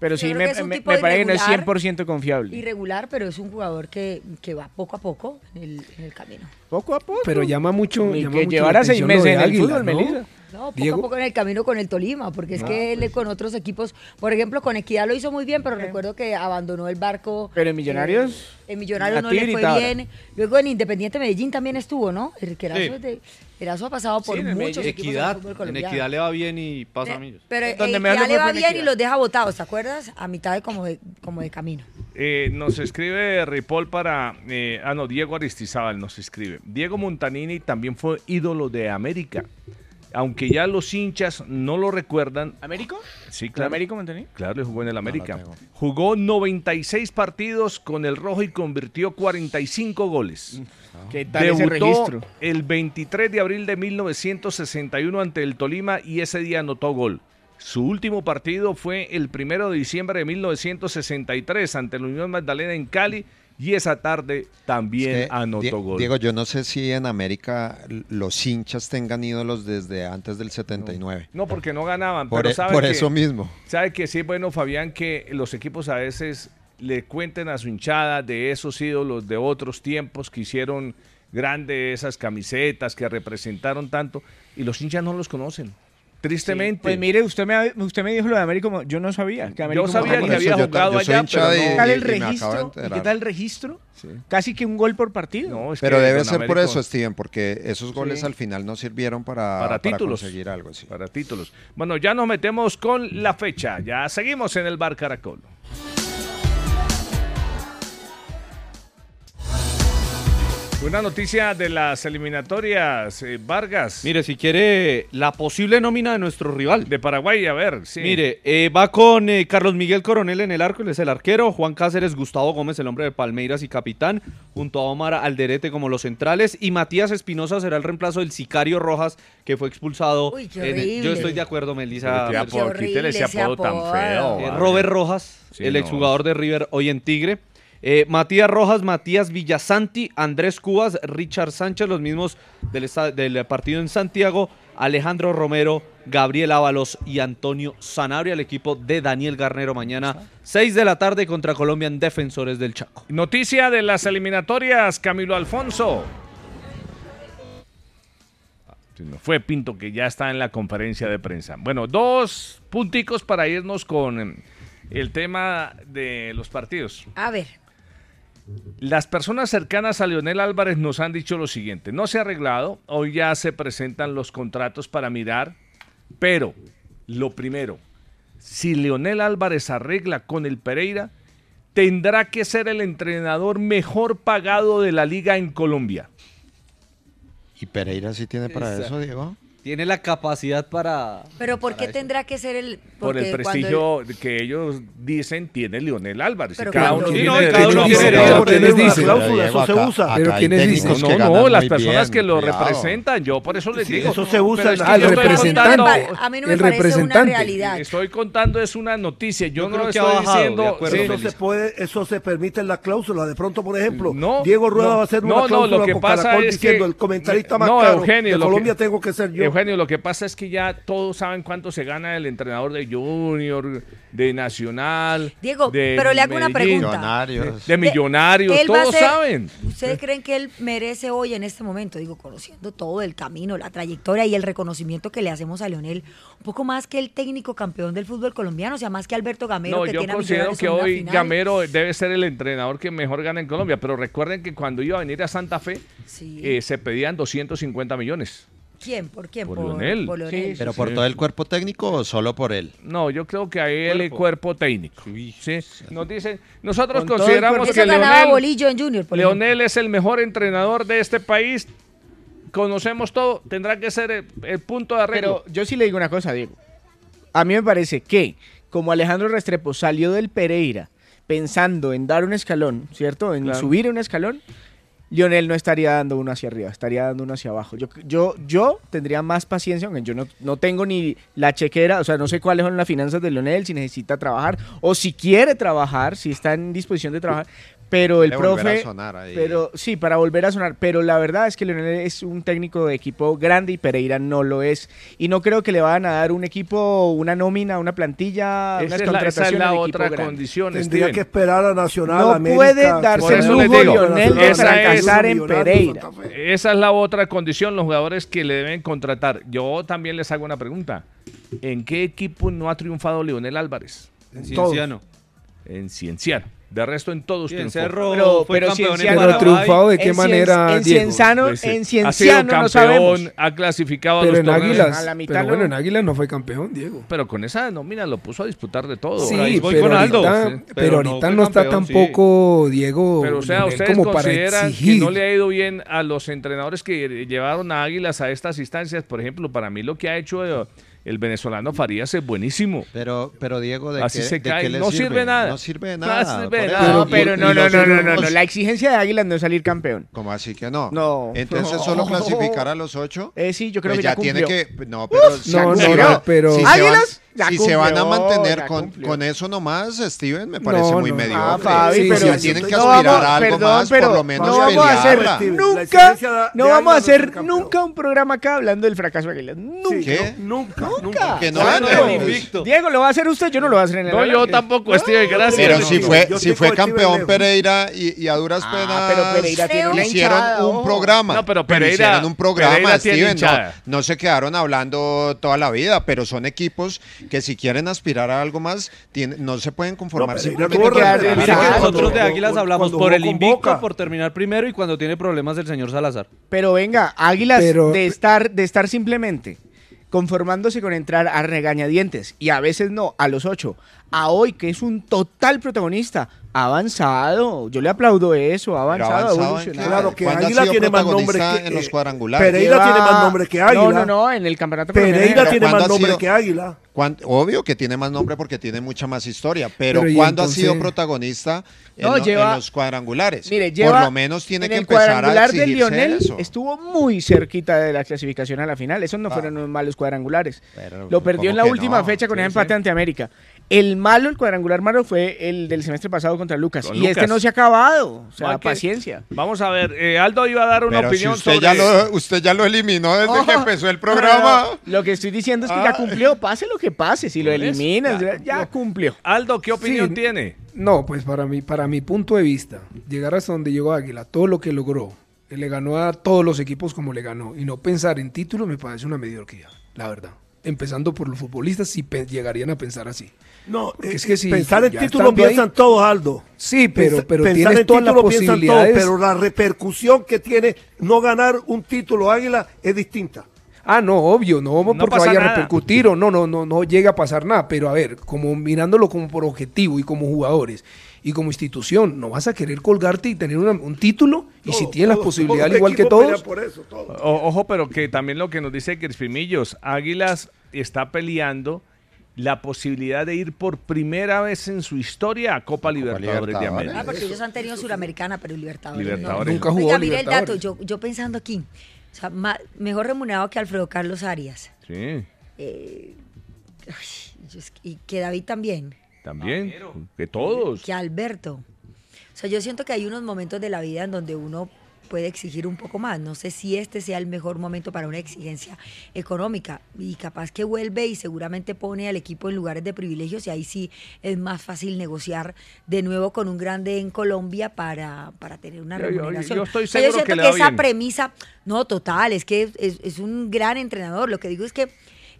Pero sí,
creo
me,
que es un
me-
tipo
me parece que no es
irregular.
100% confiable.
Irregular, pero es un jugador que, que va poco a poco en el, en el camino.
Poco a poco.
Pero llama mucho.
Y
llama
que
mucho la
llevara seis
atención lo
meses
de
en el
Águila,
fútbol,
¿no?
Melissa.
No, poco
Diego-
a poco en el camino con el Tolima, porque es
Ah,
que
pues
él con otros equipos, por ejemplo, con Equidad lo hizo muy bien, pero recuerdo que abandonó el barco.
Pero en Millonarios,
eh, en Millonarios no
la
le fue
tigrita ahora.
bien. Luego en Independiente Medellín también estuvo, ¿no? El que Erazo
Sí.
es de- Erazo ha pasado por
Sí, en el
muchos
Medellín.
equipos del
Equidad.
fútbol
En
colombiano.
Equidad le va bien y pasa a Millos.
Pero
Donde
eh,
mejor
Equidad
le
le
fue
va
fue en
bien y
Equidad.
los deja botados, ¿te acuerdas? A mitad de como de, como de camino.
Eh, nos escribe Ripoll para. eh, ah, no, Diego Aristizábal nos escribe. Diego Montanini también fue ídolo de América. Aunque ya los hinchas no lo recuerdan.
¿Américo?
Sí, claro.
Américo Montanini?
Claro, le jugó en el América. jugó 96 partidos con el Rojo y convirtió 45 goles.
¿Qué tal ese registro?
el 23 de abril de 1961 ante el Tolima y ese día anotó gol. Su último partido fue el 1 de diciembre de 1963 ante la Unión Magdalena en Cali y esa tarde también
Es que, Die-
anotó gol.
Diego, yo no sé si en América l- los hinchas tengan ídolos desde antes del 79.
No, porque no ganaban,
Por,
pero
e-
sabe
por
que-
eso mismo.
Sabe que sí, bueno, Fabián, que los equipos a veces le cuenten a su hinchada de esos ídolos de otros tiempos que hicieron grande esas camisetas, que representaron tanto, y los hinchas no los conocen. Tristemente.
Pues mire, usted me, ha- usted me dijo lo de Américo. Mo- Yo no sabía. Que Américo
yo sabía
Montanini-
que había jugado allá, pero no.
¿Qué tal el registro? ¿Y ¿Qué tal el registro? Casi que un gol por partido.
Pero debe ser por eso, Steven, porque esos goles
Sí.
al final no sirvieron para,
Para títulos.
conseguir algo. sí.
Para títulos. Bueno, ya nos metemos con la fecha. Ya seguimos en el Bar Caracol. Una noticia de las eliminatorias, eh, Vargas.
Mire, si quiere la posible nómina de nuestro rival.
De Paraguay, a ver. sí.
Mire, eh, va con eh, Carlos Miguel Coronel en el arco, él es el arquero. Juan Cáceres, Gustavo Gómez, el hombre de Palmeiras y capitán. Junto a Omar Alderete como los centrales. Y Matías Espinosa será el reemplazo del Sicario Rojas, que fue expulsado.
Uy, qué
en el-
horrible.
yo estoy de acuerdo, Melissa.
Qué
Mercedes.
apodo, quítele ese
ese
apodo tan
apodo.
feo.
Eh,
vale.
Robert Rojas,
Sí,
el
no.
exjugador de River, hoy en Tigre. Eh, Matías Rojas, Matías Villasanti, Andrés Cubas, Richard Sánchez, los mismos del, esta- del partido en Santiago, Alejandro Romero, Gabriel Ábalos y Antonio Sanabria, el equipo de Daniel Garnero mañana, 6 de la tarde contra Colombia en Defensores del Chaco.
Noticia de las eliminatorias, Camilo Alfonso. Se nos Fue Pinto que ya está en la conferencia de prensa. Bueno, dos punticos para irnos con em, el tema de los partidos.
A ver,
Las personas cercanas a Leonel Álvarez nos han dicho lo siguiente, no se ha arreglado, hoy ya se presentan los contratos para mirar, pero lo primero, si Leonel Álvarez arregla con el Pereira, tendrá que ser el entrenador mejor pagado de la liga en Colombia.
¿Y Pereira sí tiene para
Esa.
eso, Diego?
Tiene la capacidad para...
pero ¿por
para
qué
eso.
tendrá que ser el.
Por el
porque cuando
prestigio que ellos dicen tiene Leonel Álvarez. y
Pero
cada
cuando-
uno
Sí,
tiene
no, y
derecho
cada uno
a
tiene
opinar.
derecho a
Pero ¿quiénes dicen?
cláusula, eso se usa.
Pero ¿quiénes dicen?
No, no, las personas que lo representan, yo por eso les
Sí,
digo.
eso se
pero
usa
es que
al
yo estoy
representante.
contando-
A mí no me
el
parece una
representante.
realidad.
Estoy contando es una noticia, yo,
Yo
no
creo que ha
estoy
bajado, de
diciendo eh,
acuerdo,
sí,
Eso se, puede, eso se permite en la cláusula. De pronto, por ejemplo,
No,
Diego Rueda
no,
va a hacer
no,
una
no,
cláusula
lo que
con
pasa
Caracol
es
diciendo
que-
el comentarista más
no,
caro
Eugenio,
de
lo que-
Colombia tengo que ser yo.
Eugenio, lo que pasa es que ya todos saben cuánto se gana el entrenador de Junior, de Nacional.
Diego,
de
pero le hago una
Medellín,
pregunta.
Millonarios.
De Millonarios,
Él va a
todos
ser-
saben.
¿Ustedes creen que él merece hoy en este momento, digo, conociendo todo el camino, la trayectoria y el reconocimiento que le hacemos a Leonel, un poco más que el técnico campeón del fútbol colombiano, o sea, más que Alberto Gamero
No,
que
yo
tiene a
considero
Millonarios
que
en una
hoy
final?
Gamero debe ser el entrenador que mejor gana en Colombia, pero recuerden que cuando iba a venir a Santa Fe
Sí.
eh, se pedían 250 millones.
¿Quién? ¿Por quién?
Por Lionel.
por Lionel.
¿Pero por todo el cuerpo técnico o solo por él?
No, yo creo que ahí el cuerpo técnico. Sí. Nos dicen, nosotros
Con todo el
consideramos
cuerpo
que
técnico. Eso ganaba
Leonel,
Bolillo en este Junior, por ejemplo.
Leonel es el mejor entrenador de este país. Conocemos todo, tendrá que ser el, el punto de arreglo.
Pero yo sí le digo una cosa, Diego. A mí me parece que, como Alejandro Restrepo salió del Pereira pensando en dar un escalón, ¿cierto? En
Claro.
subir un escalón, Lionel no estaría dando uno hacia arriba, estaría dando uno hacia abajo. Yo, yo, yo tendría más paciencia, aunque yo no, no tengo ni la chequera, o sea, no sé cuáles son las finanzas de Lionel, si necesita trabajar o si quiere trabajar, si está en disposición de trabajar. Pero el
Le volverá
profe,
a sonar ahí.
pero sí, para volver a sonar. Pero la verdad es que Leonel es un técnico de equipo grande y Pereira no lo es. Y no creo que le van a dar un equipo, una nómina, una plantilla, unas
Esa es la- esa es
contrataciones
la
de equipo
otra
grande.
condición,
Tendría que esperar a Nacional.
No
América,
puede darse
Por
el
eso les
lujo
digo,
Lionel de
esa es-
fracasar en Pereira.
Esa es la otra condición, los jugadores que le deben contratar. Yo también les hago una pregunta. ¿En qué equipo no ha triunfado Leonel Álvarez?
En Cienciano.
En Cienciano. De resto, en todos triunfó.
Cienciano Pero- fue pero campeón en Cienciano-
Pero triunfado de qué manera.
en Cienciano- en
Diego?
Pues, eh, Ha sido
Cienciano
campeón,
no sabemos.
ha clasificado
Pero
a los
en
torneos.
Águilas. pero bueno, en Águilas no fue campeón, Diego.
Pero con esa nómina lo puso a disputar de todo.
Sí,
Ahí voy
pero
con Aldo.
ahorita,
Sí,
pero ahorita no, está
campeón, sí.
tampoco Diego
Pero o sea,
Leonel
ustedes
como para
consideran que
exigir.
no le ha ido bien a los entrenadores que llevaron a Águilas a estas instancias. Por ejemplo, para mí lo que ha hecho eh, el venezolano Farías es buenísimo.
Pero, pero Diego, ¿de
Así
qué-
se
de
cae.
qué le
no sirve,
sirve?
nada.
No sirve de
No
nada,
sirve de
por
nada.
eso.
No, pero
y
no, no,
los
no, no, no,
últimos-
no. La exigencia de Águilas no es salir campeón.
¿Cómo así que no?
No.
Entonces, ¿solo clasificar a los ocho?
Eh, sí, yo creo
Pues
que ya,
tiene
cumplió.
que. No, pero.
Uf,
si-
no,
si
no,
va-
no, pero-
Si,
Águilas,
se van,
ya
si se van a
cumplió,
mantener
ya
con,
cumplió.
con eso nomás, Steven, me parece
No,
muy
no, no.
mediocre.
Ah, Fabi,
Sí,
pero-
si tienen que
no
aspirar
vamos-
a algo
perdón,
más,
pero
por lo menos
no vamos a
pelearla.
hacer nunca, no vamos a hacer nunca un programa acá hablando del fracaso de Águilas. Nunca.
¿Qué?
Nunca.
Nunca.
Que no
Claro.
ganemos.
Diego, ¿lo va a hacer usted? Yo no lo voy a hacer en el
No, yo tampoco, Steve, gracias.
Pero si fue,
Yo
si
estoy
fue
con Steven
campeón
Lejos.
Pereira y, y a duras
Ah,
penas
pero Pereira tiene una
hicieron
hinchada,
un
ojo.
programa.
No, pero Pereira-
hicieron un programa,
Pereira tiene
Steven,
hinchada.
no, no se quedaron hablando toda la vida, pero son equipos que si quieren aspirar a algo más, tienen- no se pueden conformar. simplemente
Mira
con
que
ganar.
nosotros de Águilas hablamos
cuando
por
jugó
el
con
invicto,
Boca.
por terminar primero y cuando tiene problemas el señor Salazar.
Pero venga, Águilas
Pero-
de estar de estar simplemente conformándose con entrar a regañadientes y a veces no, a los ocho, a hoy que es un total protagonista, ha avanzado, yo le aplaudo eso, ha avanzado, ha
avanzado en
evolucionado.
qué? Claro, que ¿Cuándo ha Águila sido tiene más protagonista nombres que- en los cuadrangulares? Pereira
Lleva-
tiene más nombres que
No,
Águila.
no, no, en el campeonato
Pereira
colombiano.
tiene más nombres que
Águila.
Cuán- obvio que tiene más nombre porque tiene mucha más historia, pero,
Pero, ¿y
¿cuándo
entonces?
ha sido protagonista en,
No,
lo- en
lleva-
los cuadrangulares?
Mire, lleva
Por lo menos tiene
en
que
el
empezar a
cuadrangular de
exigirse
Lionel
eso.
estuvo muy cerquita de la clasificación a la final. Esos no
Ah.
fueron unos malos cuadrangulares.
Pero,
Lo perdió en
¿cómo
la
que
última
no?
fecha con
Sí,
el empate ante América. El malo, el cuadrangular malo, fue el del semestre pasado contra Lucas.
Con
y
Lucas.
este no se ha acabado. O sea,
Hay que-
paciencia.
Vamos a ver, eh, Aldo iba a dar una
Pero si
opinión
usted,
sobre...
ya lo, usted ya lo eliminó desde que
Oh,
empezó el
<laughs> no,
programa.
no, no. Lo que estoy diciendo es que
Ah.
ya cumplió, pase lo que pase. Si lo
Por eso,
eliminas,
ya
ya, cumplió.
Aldo, ¿qué opinión
Sí.
tiene?
No, pues para mí, para mi punto de vista, llegar hasta donde llegó Águila, todo lo que logró, que le ganó a todos los equipos como le ganó, y no pensar en títulos me parece una mediocridad, la verdad. Empezando por los futbolistas, si pe- llegarían a pensar así.
No,
Porque
eh,
es que si
pensar en
ya
títulos
estando ahí-
piensan todos, Aldo.
Sí, pero-
Pensa-
pero
pensar
tienes
en
todas las
títulos piensan todos,
posibilidades.
pero la repercusión que tiene no ganar un título Águila es distinta.
Ah, no, obvio, no, porque
pasa
vaya
nada.
a repercutir o no, no, no, no llega a pasar nada. Pero a ver, como mirándolo como por objetivo y como jugadores y como institución, no vas a querer colgarte y tener una- un título y si tienes las posibilidades igual que todos.
O- ojo, pero que también lo que nos dice Crispimillos, Águilas está peleando la posibilidad de ir por primera vez en su historia a Copa Libertadores de
Libertadores.
América.
Ah, porque ellos han tenido Suramericana, pero Libertadores. no.
Libertadores. Nunca
Oiga,
jugó
mira el dato,
Libertadores.
yo, yo pensando aquí, o sea, ma- mejor remunerado que Alfredo Carlos Arias.
Sí,
Eh, ay, yo es que- y que David también,
también. Que todos.
que Alberto. O sea, yo siento que hay unos momentos de la vida en donde uno puede exigir un poco más. No sé si este sea el mejor momento para una exigencia económica. Y capaz que vuelve y seguramente pone al equipo en lugares de privilegios y ahí sí es más fácil negociar de nuevo con un grande en Colombia para, para tener una
Yo- yo-
remuneración.
yo estoy
O sea,
seguro que
siento
le
que,
va
esa
bien.
premisa, no, total, es que es, es un gran entrenador. Lo que digo es que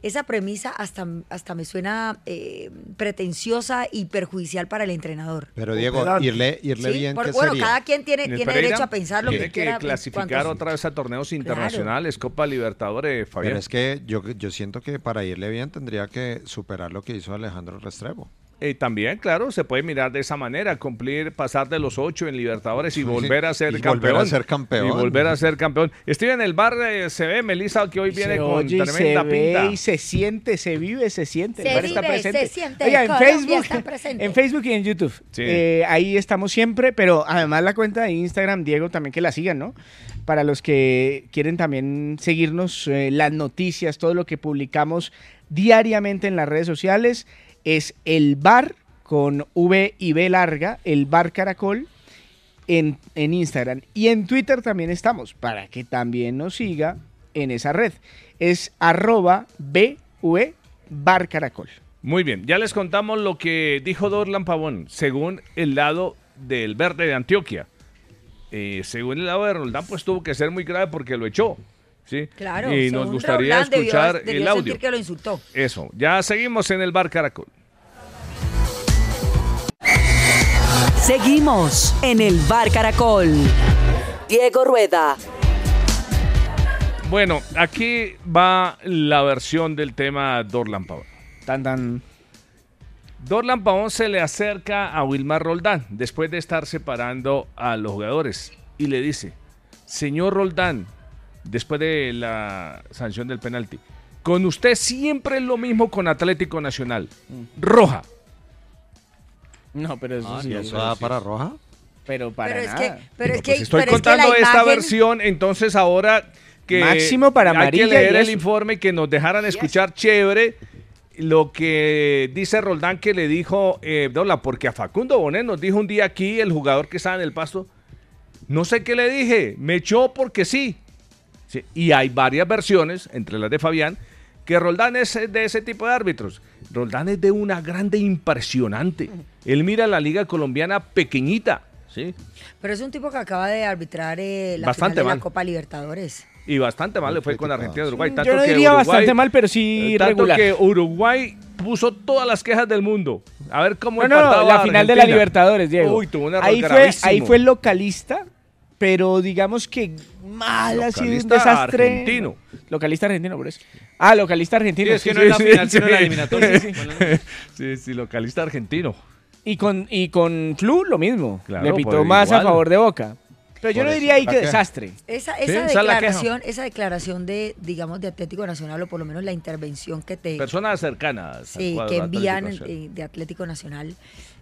esa premisa hasta, hasta me suena eh, pretenciosa y perjudicial para el entrenador.
Pero Diego, irle, irle
Sí,
bien
por-
que
bueno,
sería.
cada quien tiene,
En el
tiene
Pereira
derecho a pensar lo
tiene
que quiera.
clasificar
cuantos-
otra vez a torneos
Claro.
internacionales, Copa Libertadores, Fabián.
Pero es que yo, yo siento que para irle bien tendría que superar lo que hizo Alejandro Restrepo.
Eh, también, claro, se puede mirar de esa manera, cumplir, pasar de los ocho en Libertadores y
Sí,
volver a ser
y
campeón.
volver a ser campeón.
Y volver a ser campeón. Estoy en el bar, eh, se ve Melissa que hoy viene
se
con
oye y
tremenda
se
pinta.
Ve y se siente, se vive, se siente.
Se
el bar está
vive,
presente.
se siente,
Oiga, en
Colombia
Facebook,
está presente.
en Facebook y en YouTube. Eh, ahí estamos siempre, pero además la cuenta de Instagram, Diego, también que la sigan, ¿no? Para los que quieren también seguirnos, eh, las noticias, todo lo que publicamos diariamente en las redes sociales es el bar con V y B larga, el bar Caracol en, en Instagram y en Twitter también estamos, para que también nos siga en esa red. Es arroba BV Bar Caracol.
Muy bien, ya les contamos lo que dijo Dorlan Pavón, según el lado del verde de Antioquia. Eh, según el lado de Roldán, pues tuvo que ser muy grave porque lo echó. ¿sí?
Claro,
y nos
según
gustaría
Roldán debió-
escuchar
debió
el audio.
sentir que lo insultó.
Eso, ya seguimos en el bar Caracol.
Seguimos en el Bar Caracol. Diego Rueda.
Bueno, aquí va la versión del tema Dorlan Pavón.
Tan, tan.
Dorlan Pavón se le acerca a Wilmar Roldán después de estar separando a los jugadores y le dice, señor Roldán, después de la sanción del penalti, con usted siempre es lo mismo con Atlético Nacional. Roja.
No, pero eso
Ah, ¿y eso da para roja?
Pero para
Pero es
nada.
que, pero es que,
Si Pues estoy
pero es que
contando
la
esta
imagen-
versión, entonces ahora que
Máximo para
hay
amarilla
que
y
leer el
eso.
informe que nos dejaran escuchar chévere lo que dice Roldán que le dijo eh, Dola, porque a Facundo Bonet nos dijo un día aquí el jugador que estaba en el pasto, no sé qué le dije, me echó porque sí. Sí, Y hay varias versiones, entre las de Fabián, que Roldán es de ese tipo de árbitros. Roldán es de una grande impresionante. Él mira la liga colombiana pequeñita, ¿sí?
Pero es un tipo que acaba de arbitrar eh, la
Bastante
final de
mal.
la Copa Libertadores.
Y bastante mal le fue con Argentina y Uruguay. Tanto
Mm, Yo no
que
diría
Uruguay-
bastante mal, pero sí
tanto
regular.
que Uruguay puso todas las quejas del mundo. A ver cómo
No, no, no,
empataba
la final de la
Argentina.
Libertadores, Diego.
Uy, tuvo un error
ahí fue,
gravísimo.
ahí fue localista, pero digamos que mal ha sido un
Localista
desastre.
argentino.
Localista argentino, por eso. Ah, localista argentino.
Sí, es que no
sí,
es la
sí,
final,
sí.
sino la eliminatoria.
Sí, sí.
Sí, sí, localista argentino.
Y con, y con Flu lo mismo.
Claro,
Le pitó
por
más a
igual.
favor de Boca. Pero yo
Por
no
eso,
diría ahí
¿para
que
qué?
desastre.
Esa,
Sí,
esa
esa es la queja.
declaración, esa declaración de, digamos, de Atlético Nacional, o por lo menos la intervención que te
Personas cercanas. al
sí,
cuadro
que
de Atlético
envían
Nacional.
eh, de Atlético Nacional,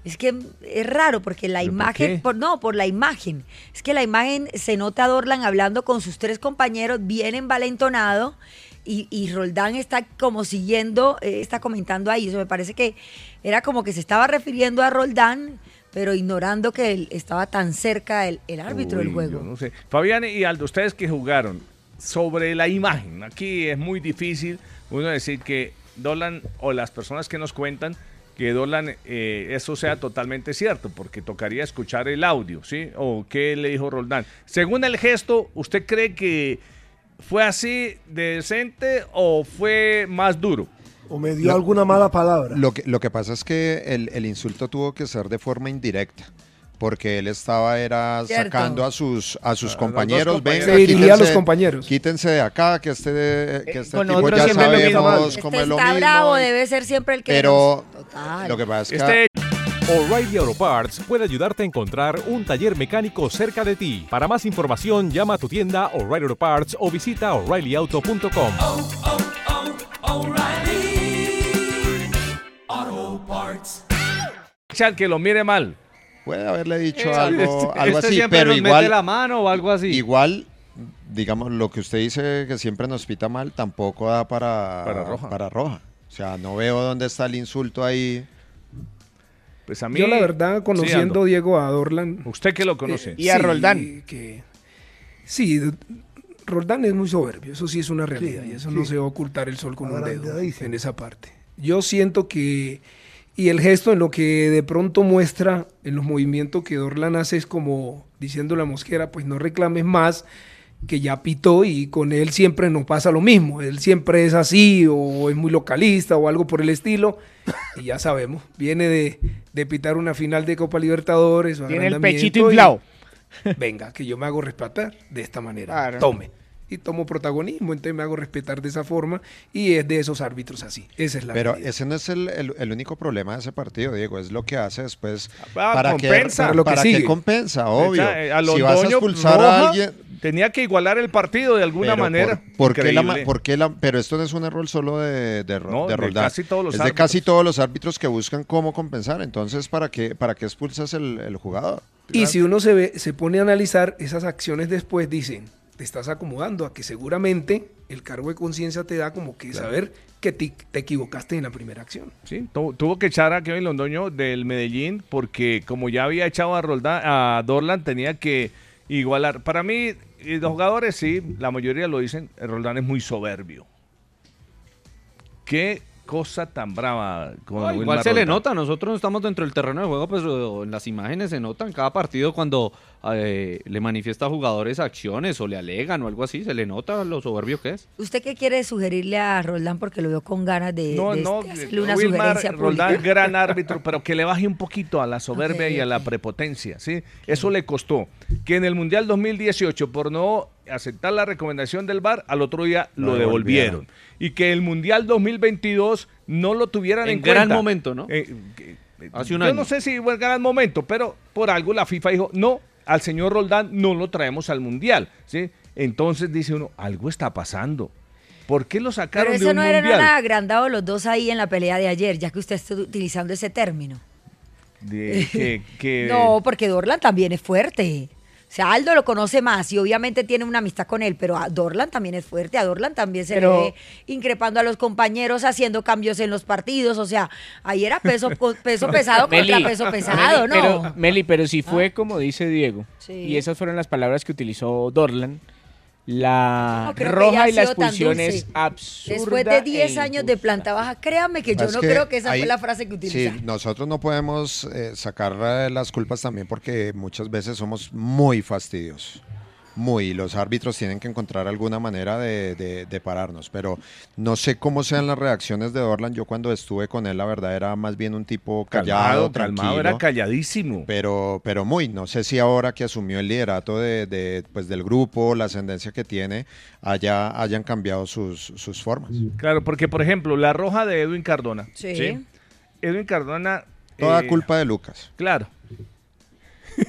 es que es raro porque la
¿Pero por
imagen,
qué?
por- no, por la imagen, es que la imagen se nota a Dorlan hablando con sus tres compañeros, bien envalentonado, y, y Roldán está como siguiendo, eh, está comentando ahí, eso me parece que era como que se estaba refiriendo a Roldán, pero ignorando que él estaba tan cerca el, el árbitro
Uy,
del juego.
yo no sé. Fabián y Aldo, ustedes que jugaron, sobre la imagen, aquí es muy difícil uno decir que Dolan o las personas que nos cuentan que Dolan eh, eso sea totalmente cierto, porque tocaría escuchar el audio, ¿sí? O qué le dijo Roldán. Según el gesto, ¿usted cree que fue así de decente o fue más duro?
O me dio alguna mala palabra.
Lo que, lo que pasa es que el, el insulto tuvo que ser de forma indirecta. Porque él estaba era
Cierto.
sacando a sus a sus
A los
compañeros,
dos compañeros.
venga,
Se dirigía a los
quítense-
compañeros.
Quítense de acá, que este, que este
Eh, con
tipo
otros
ya
siempre lo mismo.
sabemos
Este
cómo es lo
Está
mismo.
bravo, debe ser siempre el que...
Pero
nos- Total.
lo que pasa es que
Este- O'Reilly Auto Parts puede ayudarte a encontrar un taller mecánico cerca de ti. Para más información, llama a tu tienda O'Reilly Auto Parts o visita oreillyauto.com.
Chan, que lo mire mal.
Puede haberle dicho
Eh,
algo,
este-
algo
este
así,
siempre
pero
nos mete
igual.
la
mano o algo así.
Igual, digamos, lo que usted dice que siempre nos pita mal, tampoco da para,
Para roja.
para roja. O sea, no veo dónde está el insulto ahí.
Pues a mí...
Yo la verdad,
Sí,
conociendo
Aldo.
a Diego a Dorlan.
Usted que lo conoce.
eh,
Y a
sí,
Roldán.
que- sí, d- Roldán es muy soberbio, eso sí es una realidad. y eso no
sí.
se va a ocultar el sol con un dedo
Agrandadísimo.
en esa parte. Yo siento que... Y el gesto en lo que de pronto muestra en los movimientos que Dorlan hace es como diciendo la mosquera, pues no reclames más, que ya pitó y con él siempre nos pasa lo mismo. Él siempre es así o es muy localista o algo por el estilo. Y ya sabemos, viene de, de pitar una final de Copa Libertadores. o
Tiene el pechito
agrandamiento y-
inflado.
Venga, que yo me hago respetar de esta manera. Tome. Y tomo protagonismo, entonces me hago respetar de esa forma y es de esos árbitros así. Esa es la
Pero
realidad.
ese no es el, el- el único problema de ese partido, Diego. Es lo que hace después.
Ah,
para
compensa.
Que,
Lo que
para
sigue.
que compensa, obvio.
Echa, eh, a
si vas a
Londoño,
expulsar
Roja,
a alguien.
Tenía que igualar el partido de alguna
pero
manera.
por- ¿por qué la ma-
Increíble.
por qué la- pero esto no es un error solo de, de, Ro-
No,
de
de
Roldán.
casi todos los
es de casi todos los árbitros que buscan cómo compensar. Entonces, ¿para qué, para qué expulsas el, el jugador?
Y si uno se, ve, se pone a analizar esas acciones después, dicen, te estás acomodando a que seguramente el cargo de conciencia te da como que
Claro.
saber que te, te equivocaste en la primera acción.
Sí, tu- tuvo que echar a Kevin Londoño del Medellín porque como ya había echado a, Roldán, a Dorlan tenía que igualar. Para mí, eh, los jugadores sí, la mayoría lo dicen, eh, Roldán es muy soberbio. Qué cosa tan brava. con
No,
Wilmar
igual se le
Roldán.
nota, nosotros no estamos dentro del terreno de juego, pero en las imágenes se notan cada partido cuando eh, le manifiesta a jugadores acciones o le alegan o algo así, se le nota lo soberbio que es.
¿Usted qué quiere sugerirle a Roldán? Porque lo veo con ganas de,
No,
de
no,
este- hacerle una
Wilmar
sugerencia pública.
Roldán, gran árbitro, pero que le baje un poquito a la soberbia
Ok,
y a la prepotencia, ¿sí? Eso le costó. Que en el Mundial 2018, por no aceptar la recomendación del VAR, al otro día
Lo
lo, devolvieron.
devolvieron.
Y que el Mundial 2022 no lo tuvieran en,
En gran
cuenta.
momento, ¿no?
Eh, que-
Hace un
yo
año.
no sé si fue el gran momento, pero por algo la FIFA dijo, no, al señor Roldán no lo traemos al Mundial, ¿sí? Entonces dice uno, algo está pasando. ¿Por qué lo
Pero
sacaron de
eso
un
no eran
mundial?
nada agrandado los dos ahí en la pelea de ayer, ya que usted está utilizando ese término. <laughs>
De- que- que-
No, porque Dorlan también es fuerte. O sea, Aldo lo conoce más y obviamente tiene una amistad con él, pero a Dorlan también es fuerte, a Dorlan también se
Pero-
le ve increpando a los compañeros, haciendo cambios en los partidos, o sea, ahí era
<laughs>
peso, co- peso pesado contra
Meli,
peso pesado,
Meli,
¿no? Ah.
Pero, Meli, pero si fue como dice Diego,
Sí.
y esas fueron las palabras que utilizó Dorlan, la
No Oh, creo que
roja
haya
y la
sido tan
expulsión
dulce.
es absurda.
Después de 10
e
años de planta baja, créame que Eh, yo
Es
no
que
creo que esa
ahí-
fue la frase que utilizaron.
Sí, nosotros no podemos eh, sacar eh, las culpas también porque muchas veces somos muy fastidiosos. Muy, los árbitros tienen que encontrar alguna manera de, de- de pararnos, pero no sé cómo sean las reacciones de Dorlan. Yo cuando estuve con él, la verdad, era más bien un tipo callado,
Calmado, calmado,
tranquilo.
era calladísimo.
Pero, pero muy, no sé si ahora que asumió el liderato de, de, pues, del grupo, la ascendencia que tiene, haya, hayan cambiado sus, sus formas.
Claro, porque por ejemplo, la roja de Edwin Cardona.
Sí.
Edwin Cardona.
Toda
eh,
culpa de Lucas. <laughs>
Claro. <laughs>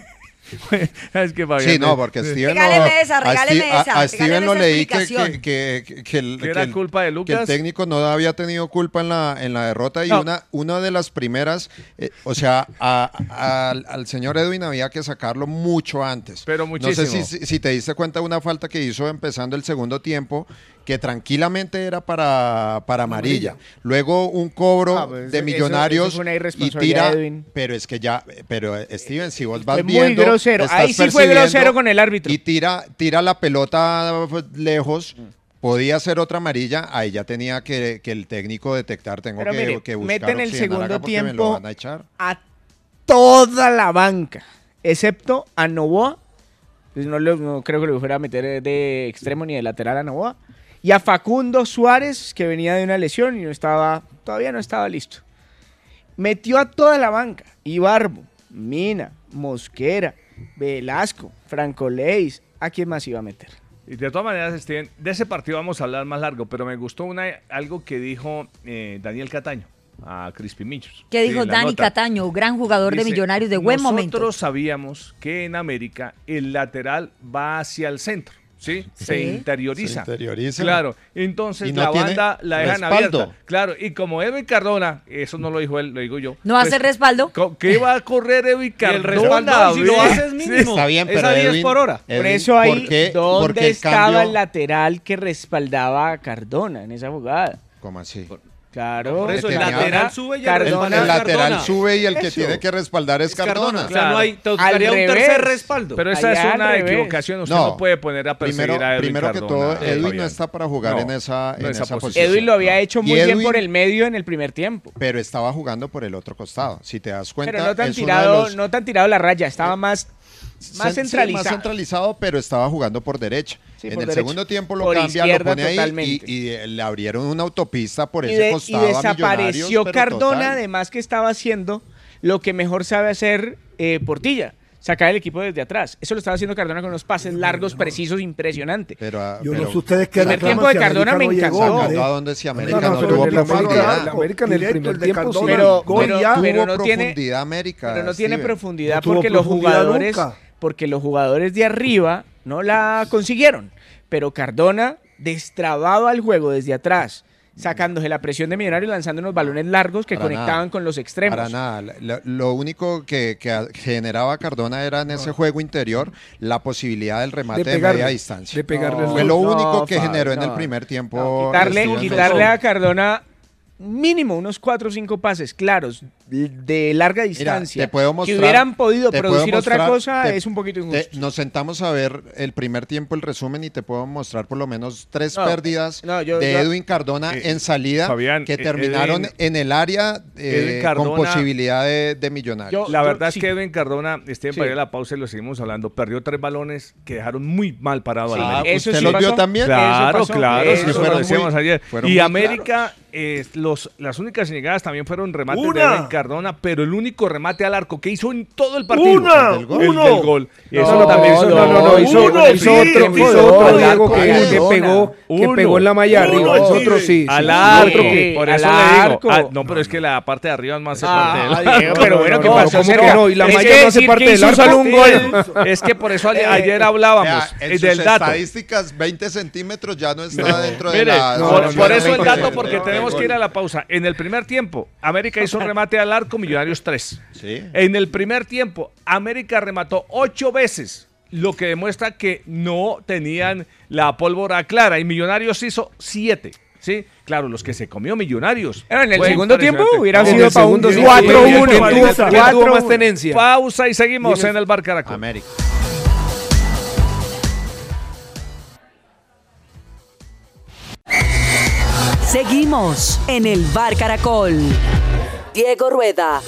es que Fabián-
Sí, no, porque Steven lo-
Regáleme esa,
a Steve-
regáleme
a-
esa,
A Steven
regáleme
lo
esa
leí que, que,
explicación.
que, que- que el,
¿Que era
el-
culpa de
que el
Lucas?
técnico no había tenido culpa en la, en la derrota y
No.
una, una de las primeras, eh, o sea, a- a- al, al señor Edwin había que sacarlo mucho antes.
Pero muchísimo.
No sé si, si- si te diste cuenta de una falta que hizo empezando el segundo tiempo, que tranquilamente era para, para amarilla. Luego un cobro
Ah, pues eso-
de
eso-
millonarios
eso fue una
y
irresponsabilidad
tira,
de Edwin.
pero es que ya, pero eh, Steven, si vos vas
Fue muy
viendo,
grosero.
estás
Ahí sí fue
percibiendo
grosero con el árbitro.
Y tira, tira la pelota pues, lejos. Podía ser otra amarilla, ahí ya tenía que, que el técnico detectar, tengo
Pero
que,
mire,
que buscar
meten el
oxigenar acá
segundo
porque me lo
tiempo
van a echar.
a toda la banca, excepto a Novoa. pues No, lo- no creo que lo fuera a meter de extremo ni de lateral a Novoa. Y a Facundo Suárez, que venía de una lesión y no estaba, todavía no estaba listo. Metió a toda la banca. Ibarbo, Mina, Mosquera, Velasco, Franco Leis. ¿A quién más iba a meter?
<laughs> Y de todas maneras, Steven, de ese partido vamos a hablar más largo, pero me gustó una, algo que dijo eh, Daniel Cataño a Crispy Minchos.
¿Qué
Sí,
dijo
en la
Dani
nota.
Cataño, gran jugador de
Dice,
Millonarios de buen momento?
Nosotros sabíamos que en América el lateral va hacia el centro, ¿sí? Se
Sí.
interioriza.
Se interioriza.
Claro. Entonces
Y no
la
tiene
banda la dejan
respaldo.
abierta. Claro. Y como Edwin Cardona, eso no lo dijo él, lo digo yo. pues,
¿No hace respaldo?
¿Qué va a correr Edwin Cardona?
respaldo, si lo
ve?
haces mínimo.
Está bien,
Es
pero
a 10
Edwin-
por hora.
Edwin,
por eso ahí,
¿por qué-
¿dónde
por qué el
estaba
cambio-
el lateral que respaldaba a Cardona en esa jugada?
¿Cómo así?
Claro.
Por eso, el
Tenía-
lateral sube y el
El,
respaldo
el
es
lateral
Cardona.
sube y el que
Eso.
tiene que respaldar es,
Es Cardona,
Cardona.
o sea, no hay- te
Al
buscaría un
revés.
tercer respaldo.
Pero esa
Allá
es
al
una
revés.
equivocación. Usted no,
No.
puede poner a perseguir
Primero,
a Edwin
primero que
Cardona,
eh,
todo, Edwin
Fabián.
no está para jugar
No,
en esa,
no
en esa posición.
Edwin lo había hecho
Y
muy bien
Edwin-
por el medio en el primer tiempo.
Pero estaba jugando por el otro costado. Si te das cuenta,
Pero no tan
es uno de
tirado,
los- Eh,
no tan tirado la raya, estaba más Más
Sí,
centralizado.
más centralizado, pero estaba jugando por derecha.
Sí,
en
por
el
derecha.
segundo tiempo lo
Por
cambia, lo
izquierda
pone ahí
totalmente.
y- y, eh, le abrieron una autopista por
Y,
ese
de- y
costado. a
desapareció
Millonarios, pero
Cardona,
total.
además que estaba haciendo lo que mejor sabe hacer eh, Portilla, sacar el equipo desde atrás. Eso lo estaba haciendo Cardona con unos pases largos, precisos, impresionante.
Yo no sé ustedes qué
El primer
reclaman
tiempo de
si
Cardona me
América no
encantó.
llegó, ¿eh?
¿A dónde si
No,
América no,
no, pero
tuvo
el América-
profundidad?
el América en el
Directo,
primer
de
tiempo,
Cardona,
sí,
pero,
gol
pero-
ya.
pero
Tuvo
no tiene
profundidad América,
pero no tiene
Steven.
profundidad
No tuvo
porque los
profundidad
jugadores
nunca.
porque los jugadores de arriba no la consiguieron pero Cardona destrababa el juego desde atrás sacándose la presión de Millonario y lanzando unos balones largos que
Para nada.
conectaban con los extremos
Para nada. La- la- Lo único que, que a- generaba Cardona era en ese juego interior la posibilidad del remate de,
pegarle,
media distancia.
de pegarle
Fue
al-
lo
No,
único que
Fabio,
generó en el
no.
primer tiempo.
quitarle,
Steven
quitarle
Beltrán.
a Cardona mínimo unos cuatro o cinco pases claros de larga distancia
te puedo mostrar-
que hubieran podido
te puedo
producir otra
mostrar-
cosa
te-
es un poquito injusto
Te- nos sentamos a ver el primer tiempo, el resumen, y te puedo mostrar por lo menos tres
No,
pérdidas
no, yo-
de
yo-
Edwin Cardona
Eh,
en salida
Fabián,
que
eh,
terminaron
Edwin-
en el área eh,
Edwin Cardona-
con posibilidad de, de millonarios.
la verdad es que Edwin Cardona, este
Sí.
para ir a la pausa y lo seguimos hablando, perdió tres balones que dejaron muy mal parado
Sí,
al América.
eso ¿usted sí los pasó. vio también?
Claro,
Eso pasó.
claro,
Eso
sí, eso lo
fueron
decíamos
muy-
ayer.
fueron
Y
muy
América, eh, los, las únicas llegadas también fueron remates
¡Una!
de Edwin Cardona, pero el único remate al arco que hizo en todo el partido.
¡Una!
El del gol. El
¡Uno!
del gol.
No,
Eso también
no,
hizo-
no, no, no, hizo-
Uno,
hizo
sí,
otro,
hizo
hizo
otro
otro,
al
Diego,
arco,
que-
Cardona.
que pegó-
que
Uno.
pegó en la malla
Uno,
arriba, hizo
sí.
otro, sí, sí,
Al
sí.
arco.
Otro que-
Por
al
eso le digo.
arco.
Ah, No, pero es que la parte de arriba es más
Ah,
parte del arco.
Diego, pero bueno, ¿qué
No,
pasó
¿cómo que
cerca?
no? Y la
Es
malla
que
no hace
decir
parte
que
del
hizo
arco.
solo un
gol.
Es que por <laughs> eso Eh,
Eh,
ayer- ayer hablábamos
Vea, en
eh,
sus
del dato.
estadísticas, 20 centímetros ya no está dentro de
Mire,
la...
por,
zona
por eso el
20
dato,
de-
porque
de-
tenemos
de
que ir a
gol.
la pausa. En el primer tiempo, América hizo un remate al arco, Millonarios 3.
Sí.
En el primer tiempo, América remató 8 veces, lo que demuestra que no tenían la pólvora clara. Y Millonarios hizo 7. Sí, claro, los que se comió Millonarios.
Bueno, en el
Fue
segundo tiempo
impresionante.
hubiera
En
sido
el
pa' un
segundo
4-1,
tiempo,
¿quién
Fabián,
tuvo-
¿quién
quién tuvo
tuvo
más tenencia?
Pausa y seguimos
¿Quién es?
en el Bar Caracol.
América.
Seguimos en el Bar Caracol. Diego Rueda.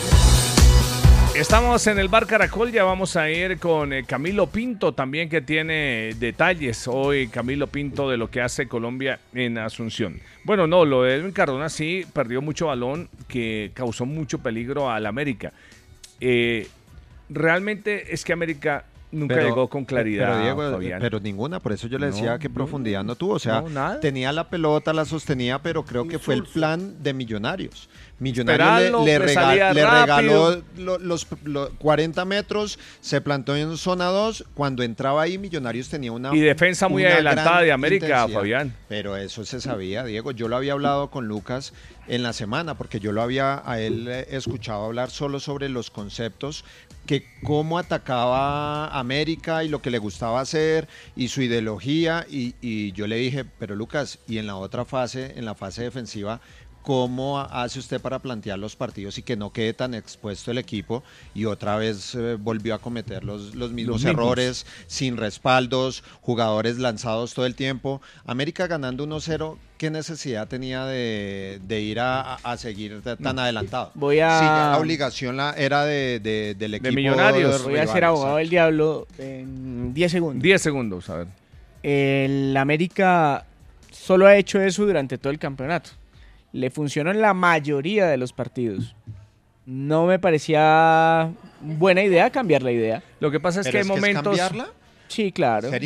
Estamos en el Bar Caracol, ya vamos a ir con eh, Camilo Pinto también que tiene detalles hoy Camilo Pinto de lo que hace Colombia en Asunción. Bueno, no, lo de Edwin Cardona sí perdió mucho balón que causó mucho peligro al América. Eh, realmente es que América nunca
Pero-
llegó con claridad.
Pero, Diego, eh,
Fabián.
pero ninguna, por eso yo le
No,
decía que
no,
profundidad no tuvo. O sea,
no, nada.
tenía la pelota, la sostenía, pero creo que fue el plan de Millonarios. Millonarios le,
Esperarlo,
le
que
rega-
salía
le
rápido.
regaló lo- los, lo- 40 metros, se plantó en zona 2. Cuando entraba ahí, Millonarios tenía una.
Y defensa muy
una
adelantada
gran
de América,
intensidad.
Fabián.
Pero eso se sabía, Diego. Yo lo había hablado con Lucas en la semana, porque yo lo había a él eh, escuchado hablar solo sobre los conceptos que cómo atacaba América y lo que le gustaba hacer y su ideología. Y, y yo le dije, pero Lucas, y en la otra fase, en la fase defensiva, ¿cómo hace usted para plantear los partidos y que no quede tan expuesto el equipo? Y otra vez eh, volvió a cometer los, los mismos
mismos.
errores, sin respaldos, jugadores lanzados todo el tiempo. América ganando 1-0, ¿qué necesidad tenía de, de ir a, a- a seguir t- tan adelantado?
Mm. Voy a-
Sí, ya la obligación la, era de, de- del equipo.
Millonarios. Voy a
rival,
ser abogado
exacto.
del diablo en 10 segundos.
10 segundos, a ver.
el América solo ha hecho eso durante todo el campeonato. Le funcionó en la mayoría de los partidos. No me parecía buena idea cambiar la idea.
Lo que pasa es
Pero
que hay
es que es
momentos...
cambiarla.
Sí, claro.
Ser
No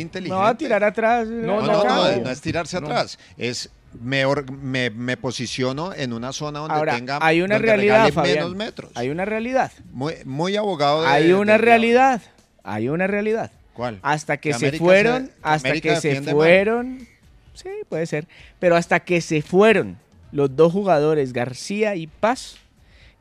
va a
inteligente.
tirar atrás.
No,
la
no, no,
cambio.
no es tirarse
No.
atrás, es me, or- me, me posiciono en una zona donde
Ahora,
tenga
hay una
donde
realidad,
regale
Fabián.
menos metros.
Hay una realidad.
Muy, muy abogado de-
Hay
del
una
diablo.
realidad. Hay una realidad.
¿Cuál?
Hasta que,
Que
se
América
fueron,
se- que
hasta
América
que se
defiende mal.
fueron. Sí, puede ser. Pero hasta que se fueron los dos jugadores, García y Paz,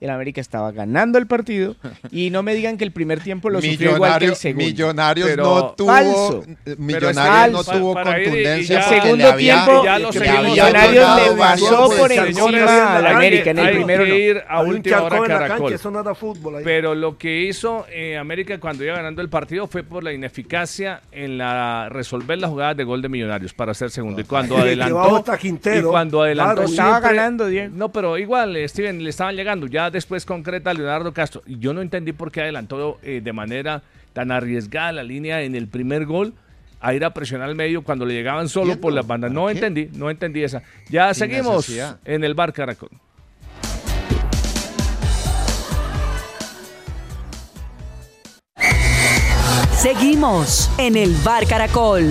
el América estaba ganando el partido. Y no me digan que el primer tiempo lo sufrió igual que el
Millonario-
segundo.
Millonarios
Pero-
no tuvo,
Falso.
eh,
Pero es
millonarios no
falso.
tuvo
Para ir y- y
contundencia.
ya-
El
porque le
segundo
había-
tiempo,
ya lo
le
seguimos
había
Millonarios
tocado
le pasó
varios
por
veces.
encima al América en el
hay
primero.
que
no.
ir a
Hay un
última hora
charco en la
Caracol.
cancha, eso no era fútbol ahí.
Pero lo que hizo eh, América cuando iba ganando el partido fue por la ineficacia en la resolver las jugadas de gol de Millonarios para ser segundo. Y cuando
Desde que bajó
adelantó,
hasta Quintero,
y cuando adelantó
claro,
Estaba
siempre-
ganando, Diego.
No, pero igual, eh, Steven, le estaban llegando. Ya después concreta Leonardo Castro. Y Yo no entendí por qué adelantó eh, de manera tan arriesgada la línea en el primer gol a ir a presionar al medio cuando le llegaban solo por las bandas. No entendí, no entendí esa. Ya
Sin
seguimos
necesidad.
en el bar Caracol.
Seguimos en el Bar Caracol.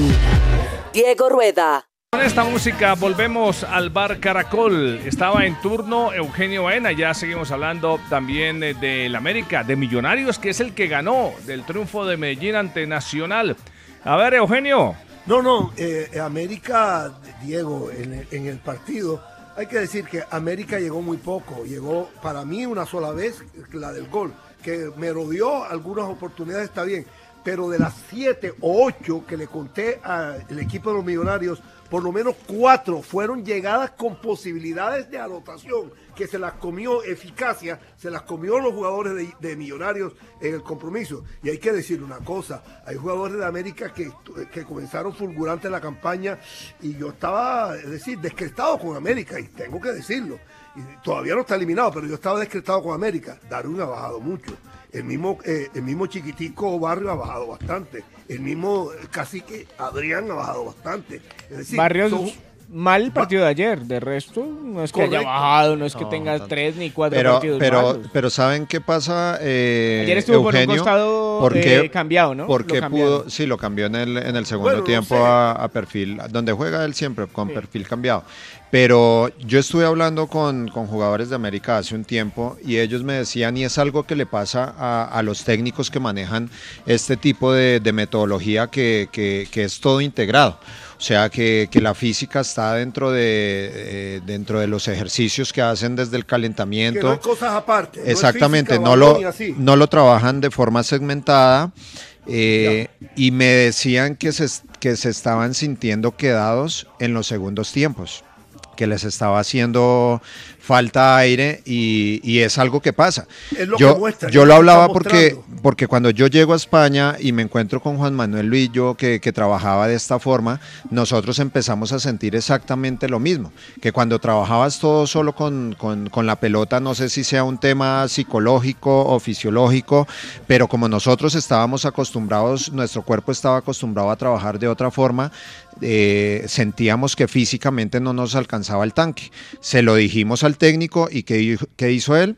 Diego Rueda.
Con esta música volvemos al bar Caracol. Estaba en turno Eugenio Baena. Ya seguimos hablando también eh, del América, de Millonarios, que es el que ganó del triunfo de Medellín ante Nacional. A ver, Eugenio.
No, no, eh, América, Diego, en el, en el partido, hay que decir que América llegó muy poco, llegó para mí una sola vez, la del gol, que me rodeó algunas oportunidades, está bien, pero de las siete o ocho que le conté al equipo de los millonarios, por lo menos cuatro fueron llegadas con posibilidades de anotación, que se las comió eficacia, se las comió los jugadores de, de Millonarios en el compromiso. Y hay que decir una cosa, hay jugadores de América que, estu- que comenzaron fulgurante la campaña y yo estaba, es decir, descrestado con América, y tengo que decirlo. Y todavía no está eliminado, pero yo estaba descrestado con América. Darwin ha bajado mucho. El mismo, eh, el mismo chiquitico Barrio ha bajado bastante. El mismo eh, cacique Adrián ha bajado bastante. Es decir,
Barrios
son-
mal el partido de ayer, de resto no es que haya
Correcto.
bajado, no es que
No,
tenga
tanto.
tres ni cuatro
Pero,
partidos
pero,
malos.
pero ¿saben qué pasa? eh,
Ayer estuvo por un
Eugenio?
costado,
¿Por
eh,
qué-
cambiado, ¿no?
por
Lo
qué
cambiaron.
pudo? Sí, lo cambió en el, en el segundo
Bueno, no
tiempo
sé.
a, a perfil, donde juega él siempre, con
Sí.
perfil cambiado. Pero yo estuve hablando con, con jugadores de América hace un tiempo y ellos me decían, y es algo que le pasa a, a los técnicos que manejan este tipo de, de metodología que, que- que es todo integrado. O sea, que, que la física está dentro de, eh, dentro de los ejercicios que hacen desde el calentamiento.
que no hay cosas aparte. no es
Exactamente,
física,
no,
balón
lo,
y así.
no lo trabajan de forma segmentada eh, y me decían que se, es- que se estaban sintiendo quedados en los segundos tiempos, que les estaba haciendo falta aire y, y es algo que pasa.
Es lo
yo,
que muestra,
yo
es
lo
lo que
hablaba
está
porque, porque cuando yo llego a España y me encuentro con Juan Manuel Luillo, que, que trabajaba de esta forma, nosotros empezamos a sentir exactamente lo mismo. Que cuando trabajabas todo solo con, con- con la pelota, no sé si sea un tema psicológico o fisiológico, pero como nosotros estábamos acostumbrados, nuestro cuerpo estaba acostumbrado a trabajar de otra forma, eh, sentíamos que físicamente no nos alcanzaba el tanque. Se lo dijimos al técnico y ¿qué, dijo- qué hizo él?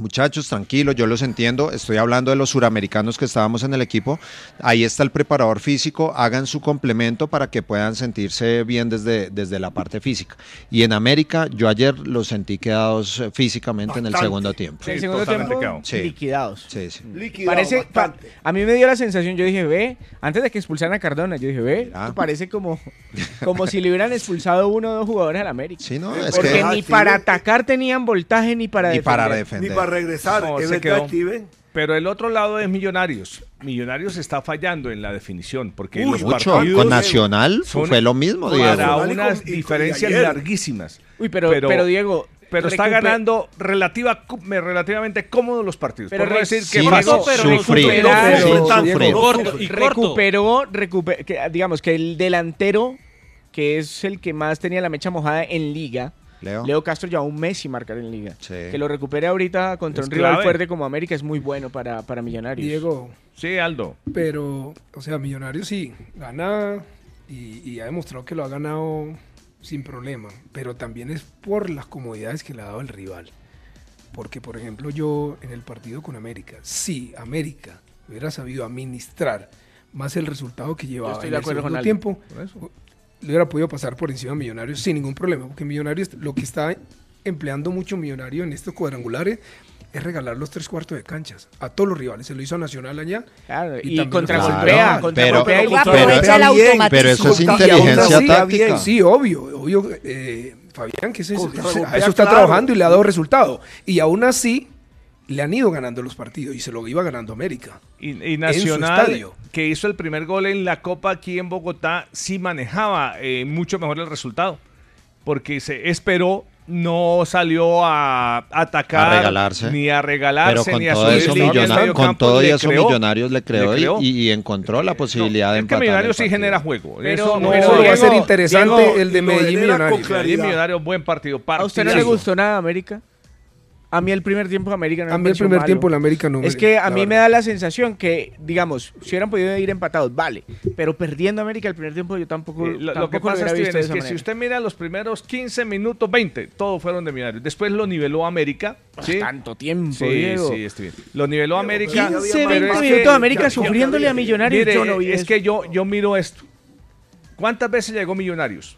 Muchachos, tranquilos, yo los entiendo. Estoy hablando de los suramericanos que estábamos en el equipo. Ahí está el preparador físico. Hagan su complemento para que puedan sentirse bien desde, desde la parte física. Y en América, yo ayer los sentí quedados eh, físicamente en el
Bastante.
segundo tiempo.
En el segundo tiempo, liquidados.
Sí, sí.
Liquidado
Parece, pa- a mí me dio la sensación, yo dije, ve, antes de que expulsaran a Cardona, yo dije, ve, esto parece como, como si le hubieran expulsado uno o dos jugadores al América.
Sí, no, es
Porque
que-
ni para atacar tenían voltaje ni para
Ni
defender.
para defender. Ni para
regresar,
No,
es
se
verdad,
quedó.
Steven.
Pero el otro lado es Millonarios. Millonarios está fallando en la definición porque
Uy,
los
mucho.
partidos
Con Nacional
son
fue lo mismo,
para
Diego.
unas
Y con- y con-
diferencias
y ayer.
larguísimas.
Uy, pero- pero, Diego,
pero está
recupe-
ganando relativa, cu- me- relativamente cómodos los partidos.
Pero
Pero
re-
no decir que
sí, Diego,
pasó,
sufrí,
recuperó,
sufrí,
pero-
sufrí.
Diego,
Corto, recuperó, recupe- que, digamos que el delantero, que es el que más tenía la mecha mojada en liga,
Leo.
Castro lleva un mes sin marcar en liga.
Sí.
Que lo recupere ahorita contra
Es
un rival
clave.
fuerte como América es muy bueno para, para Millonarios.
Diego,
Sí, Aldo.
Pero, o sea, Millonarios sí, gana y, y ha demostrado que lo ha ganado sin problema, pero también es por las comodidades que le ha dado el rival. Porque, por ejemplo, yo en el partido con América, si América hubiera sabido administrar más el resultado que llevaba
estoy
en
de
el
acuerdo con
segundo
Aldo.
tiempo, le hubiera podido pasar por encima a Millonarios sin ningún problema, porque Millonarios lo que está empleando mucho Millonario en estos cuadrangulares es regalar los tres cuartos de canchas a todos los rivales. Se lo hizo a Nacional allá.
y
también lo
contragolpea,
hizo a Nacional.
contragolpea Pero- y pero-
aprovecha el automatismo. pero eso es
Y aún
inteligencia
así,
táctica.
bien, Sí, obvio, obvio, eh, Fabián, que es eso,
Contragolpea,
a eso está
claro.
trabajando y le ha dado resultado. Y aún así le han ido ganando los partidos y se lo iba ganando América.
Y, y
en su
Nacional,
estadio.
que hizo el primer gol en la Copa aquí en Bogotá, sí manejaba eh, mucho mejor el resultado. Porque se esperó, no salió a atacar.
A regalarse.
Ni a regalarse,
Pero con
ni a
todo
subir
eso,
línea,
Millona-
medio
con
campo,
todo y
le
eso
creó,
Millonarios le creó, y-
creó. Eh,
y, y encontró la posibilidad de
Es que
empatar.
Millonarios sí
el partido.
genera juego.
Pero-
eso no
pero
eso
Diego,
va a ser
interesante el de Medellín
Millonarios.
Millonarios.
Medellín Millonarios, buen partido.
¿A usted no le gustó nada América? A mí el primer tiempo de América no
A
me
mí el
pareció
primer
malo.
tiempo de América no me-
Es que a
la
mí me
verdad.
da la sensación que, digamos, si hubieran podido ir empatados, vale. Pero perdiendo América el primer tiempo, yo tampoco.
Eh, lo- lo,
tampoco
que pasa,
hubiera
Steven,
visto de
es
esa
que si
manera.
usted mira los primeros 15 minutos, 20, todos fueron de Millonarios. Después lo niveló América. ¿sí?
Pues Tanto tiempo,
Sí,
Diego.
sí, Steven. Lo niveló América.
15,
pero
20
es que-
minutos de América sufriéndole a Millonarios,
Mire,
yo no vi
es
eso.
que yo, yo miro esto. ¿Cuántas veces llegó Millonarios?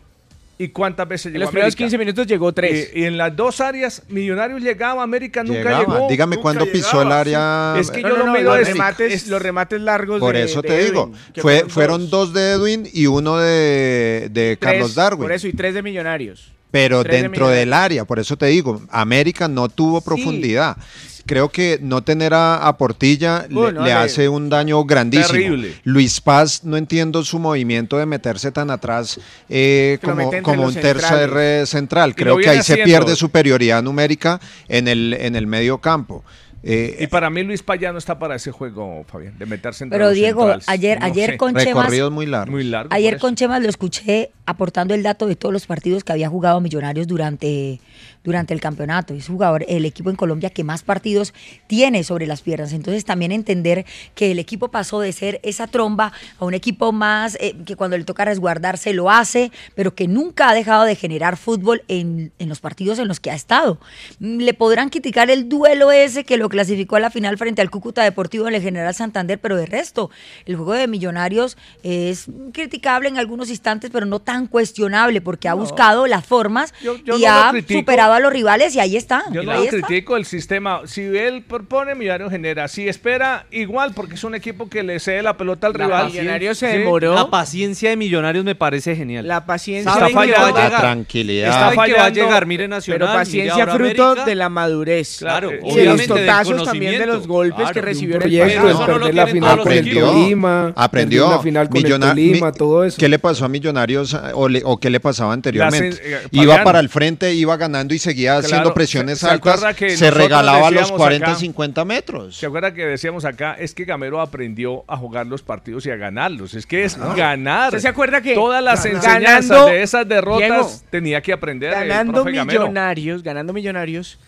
¿Y cuántas veces
En
llegó
los primeros
América?
15 minutos llegó 3.
Y, y en las dos áreas, Millonarios llegaba, América nunca
Llegaba.
llegó.
Dígame
Nunca
cuándo pisó el área.
Es que yo lo miro
los
desde-
remates, los remates largos.
Por
de-
eso
de
te digo,
Edwin, que
fue, fueron dos de Edwin y uno de,
tres,
de Carlos Darwin.
Por eso, y 3 de Millonarios.
Pero
Tres de
dentro
Millonarios.
del área, por eso te digo, América no tuvo profundidad. Creo que no tener a, a Portilla le-
Uy,
le,
no, le-
hace un daño grandísimo.
Terrible.
Luis Paz, no entiendo su movimiento de meterse tan atrás eh,
Que lo
como,
mete entre
como
los
un tercer
centrales.
eh, central.
Y
Creo
lo
que
viene
ahí se
haciendo.
pierde superioridad numérica en el, en el medio campo. Eh,
Y para mí Luis Payá no está para ese juego, Fabián, de meterse en
Pero Diego, ayer- ayer con Chemas- Recorridos
muy largos.
Muy largos,
Ayer
por
con Chema lo escuché aportando el dato de todos los partidos que había jugado Millonarios durante, durante el campeonato. Es jugador, el equipo en Colombia que más partidos tiene sobre las piernas. Entonces también entender que el equipo pasó de ser esa tromba a un equipo más eh, que cuando le toca resguardarse lo hace, pero que nunca ha dejado de generar fútbol en, en los partidos en los que ha estado. Mm, Le podrán criticar el duelo ese que lo clasificó a la final frente al Cúcuta Deportivo en el General Santander, pero de resto, el juego de Millonarios es criticable en algunos instantes, pero no tan cuestionable, porque ha buscado las formas
Yo- yo
y
no lo
ha
critico.
superado a los rivales y ahí está.
Yo no
ahí está.
critico el sistema. Si él propone, Millonarios genera. Si espera, igual, porque es un equipo que le cede la pelota al
La
rival.
Millonarios se
Sí.
demoró.
La paciencia de Millonarios me parece genial.
La paciencia
Está
de
fallando.
Millonarios.
La
tranquilidad.
Está
Saben que
fallando.
va
a llegar, mire Nacional.
Pero
mire
paciencia
ahora
fruto
América.
de la madurez.
Claro,
y de los
obviamente, del
totazos también de los
conocimiento.
golpes que
Claro,
recibió en el
proyecto,
pasado.
de
Eso no lo
perder la
tienen
final
todos
con
los
el
equipos.
Tolima,
aprendió
perder la final con
Millona-
el Tolima,
mi-
todo eso.
¿Qué le pasó a Millonarios eh, o, le- o qué le pasaba anteriormente?
Las, eh,
iba
Fabián.
para el frente, iba ganando y seguía
Ah, Claro,
haciendo presiones
¿se- se
altas,
acuerda que
se
nosotros
regalaba los
decíamos
40,
acá?
50 metros.
¿Se acuerda que decíamos acá? Es que Gamero aprendió a jugar los partidos y a ganarlos. Es que es ganar.
¿Usted se acuerda que
Todas las
ganando-
enseñanzas
ganando-
de esas derrotas
Diego,
tenía que aprender el
ganando
profe Gamero.
millonarios, ganando millonarios,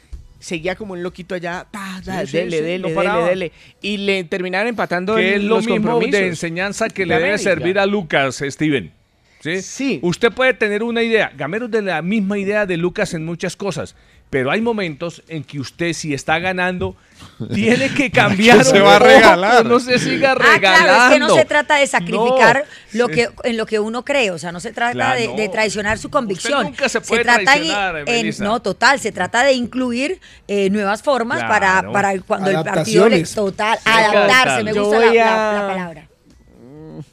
seguía como un loquito allá, ta, ta,
Sí, sí,
dele,
sí,
dele,
no
dele,
paraba.
dele. Y le terminaron empatando
que es
en
lo
los
mismo
compromisos.
de enseñanza que
de
le debe
América.
servir a Lucas, Steven. ¿Sí? Usted puede tener una idea. Gamero es de la misma idea de Lucas en muchas cosas. Pero hay momentos en que usted, si
<laughs>
está ganando, tiene que cambiar.
se
un
va a
poco,
regalar?
No se siga
Ah,
regalando.
claro, es que no se trata de sacrificar
No.
lo que en lo que uno cree, o sea, no se trata
Claro,
de,
no.
de traicionar su convicción.
Usted nunca se puede
trata en-
traicionar,
en,
Melissa.
no total, se trata de incluir eh, nuevas formas para,
Claro.
para cuando el partido le
Adaptaciones.
total
hay que
adaptarse, me
adaptarse.
Yo
gusta la,
voy
la-
a- Mm,
la palabra.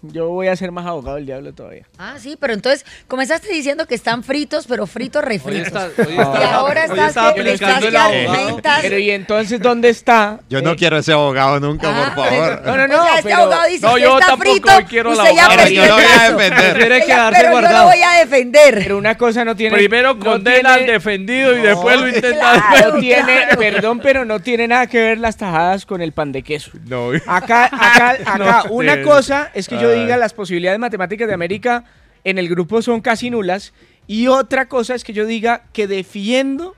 Yo voy a ser más abogado del diablo todavía.
Ah, sí, pero entonces comenzaste diciendo que están fritos, pero fritos refritos. <laughs>
está- hoy está-
y ahora
hoy
estás
está
que, estás
aplicando
que
el abogado.
argumentas.
Pero y entonces, ¿dónde está?
Yo no quiero ese abogado nunca, por favor.
No, no,
o
no.
sea, este
pero-
abogado dice
No,
que
yo
está
tampoco
frito,
quiero el
usted ya
abogado.
Pero
perdió el
yo lo <laughs> voy a
caso.
defender.
Prefiere
Ella,
quedarse
pero yo lo
guardado.
voy a defender.
Pero una cosa no tiene.
Primero
no
condena
tiene-
al defendido y después lo intenta
claro.
defender.
no tiene,
claro.
perdón, pero no tiene nada que ver las tajadas con el pan de queso.
No.
Acá, acá, acá,
No,
una
sí.
cosa es que yo
Ay.
diga las posibilidades matemáticas de América en el grupo son casi nulas y otra cosa es que yo diga que defiendo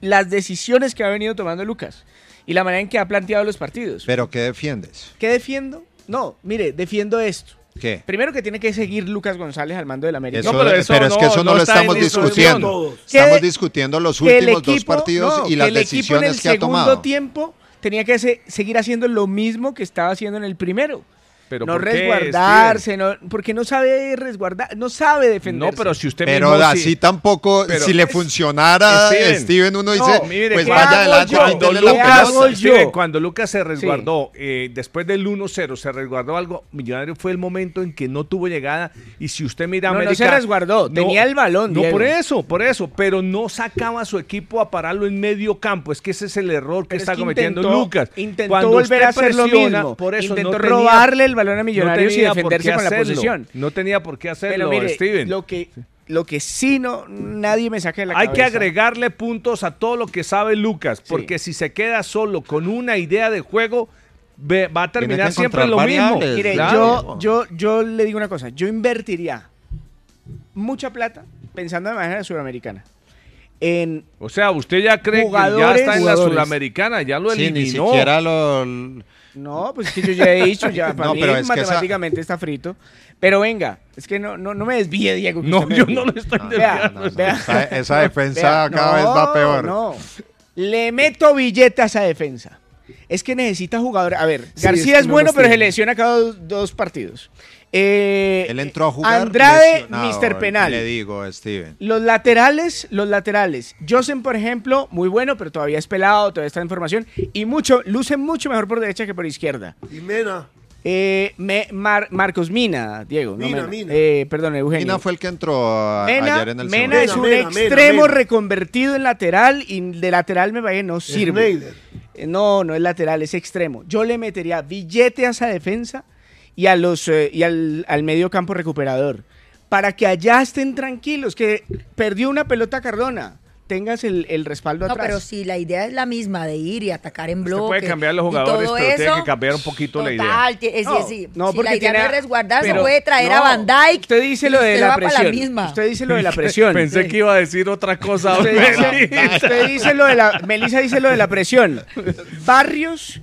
las decisiones que ha venido tomando Lucas y la manera en que ha planteado los partidos.
Pero ¿qué defiendes?
¿Qué defiendo? No, mire, defiendo esto.
¿Qué?
Primero que tiene que seguir Lucas González al mando del América.
Eso-
No,
pero,
pero eso
es que
no-
eso no,
no
lo
está en
estamos
discusión.
discutiendo.
Todos.
Estamos
Que-
discutiendo los
que el
últimos dos
equipo-
partidos
no,
y
que
las
el equipo en el
decisiones que ha tomado.
segundo tiempo tenía que se- seguir haciendo lo mismo que estaba haciendo en el primero.
Pero
no
¿por qué,
resguardarse, no, porque no sabe resguardar, no sabe
Steven?
defenderse.
No, pero si usted
Pero
mismo
así
sí-
tampoco,
pero-
si le funcionara a
Steven.
Steven, uno
No,
dice,
mire,
pues
¿qué
vaya
hago
adelante,
yo?
Cuando
quítele la
¿Qué hago
pelota.
Lucas,
yo?
Steven, cuando Lucas se resguardó eh, después del 1-0, se resguardó algo. Millonario fue el momento en que no tuvo llegada. Y si usted mira,
No, no
América.
se resguardó, tenía el balón,
No,
Diego.
por eso, por eso. Pero no sacaba a su equipo a pararlo en medio campo. Es que ese es el error que
Pero es
está
que
cometiendo
intentó-
Lucas.
Intentó
Cuando
volver
usted
a hacer lo
presiona,
mismo.
Por eso
intentó
no tenía-
robarle el balón a
no
Millonarios y
tenía por qué
defenderse con la
hacerlo.
posición.
No tenía por qué
pero
hacerlo,
mire,
Steven.
lo que lo que sí no nadie me saque de la
Hay que
cabeza.
agregarle puntos a todo lo que sabe Lucas, porque si se queda solo con una idea de juego, ve- va a terminar
que
siempre
encontrar
lo mismo.
variables,
Mire,
Claro.
yo, yo, yo le digo una cosa. Yo invertiría mucha plata pensando de manera suramericana. en
O sea, usted ya cree que ya
Jugadores-
está en la
jugadores.
Sudamericana, ya lo
Sí,
eliminó.
ni siquiera
lo...
No, pues es que yo ya he dicho, ya para
<laughs> No,
mí
pero es que esa-
matemáticamente está frito. Pero venga, es que no, no, no me desvíe, Diego. que
No,
usted me
yo
desvía.
no le estoy
Vea,
desviando.
<laughs> vea.
Esa- esa defensa
Vea,
cada vez va peor.
No, le meto billete a esa defensa. Es que necesita jugadores. A ver,
Sí,
García
es que
es
no
bueno,
los
pero se
tiene.
lesiona cada dos, dos partidos. Eh,
Él entró a jugar
Andrade,
lesionado,
Mr. Penal.
Le digo, Steven.
Los laterales, los laterales. Josen, por ejemplo, muy bueno, pero todavía es pelado, todavía está en formación. Y mucho, luce mucho mejor por derecha que por izquierda.
Y Mena.
Eh, Me- Mar- Marcos Mina, Diego. no
Mina,
Mena.
Mina.
Eh, perdón, Eugenio.
Mina fue el que entró a-
Mena,
ayer en el
Mena es un
segundo.
extremo reconvertido en lateral y de lateral me parece que no sirve. Eh, No, no es lateral, es extremo. Yo le metería billete a esa defensa y, a los, eh, y al, al medio campo recuperador. Para que allá estén tranquilos, que perdió una pelota Cardona. Tengas el, el respaldo
No,
atrás.
pero si la idea es la misma de ir y atacar en bloque.
Puede cambiar los
y
jugadores,
todo
pero tiene
eso,
que cambiar un poquito la idea.
Total, tie- es
No,
decir,
no,
si
porque
la idea
tiene
no
a-
es resguardarse,
pero-
puede traer a
no,
Van Dyke.
Usted dice lo de
usted
la
va para la
presión.
misma.
Usted dice lo de
<laughs>
<laughs>
la presión.
Pensé que iba a decir otra cosa. <laughs>
Usted dice,
Melissa.
usted dice lo de la. Melissa dice lo de la presión. Barrios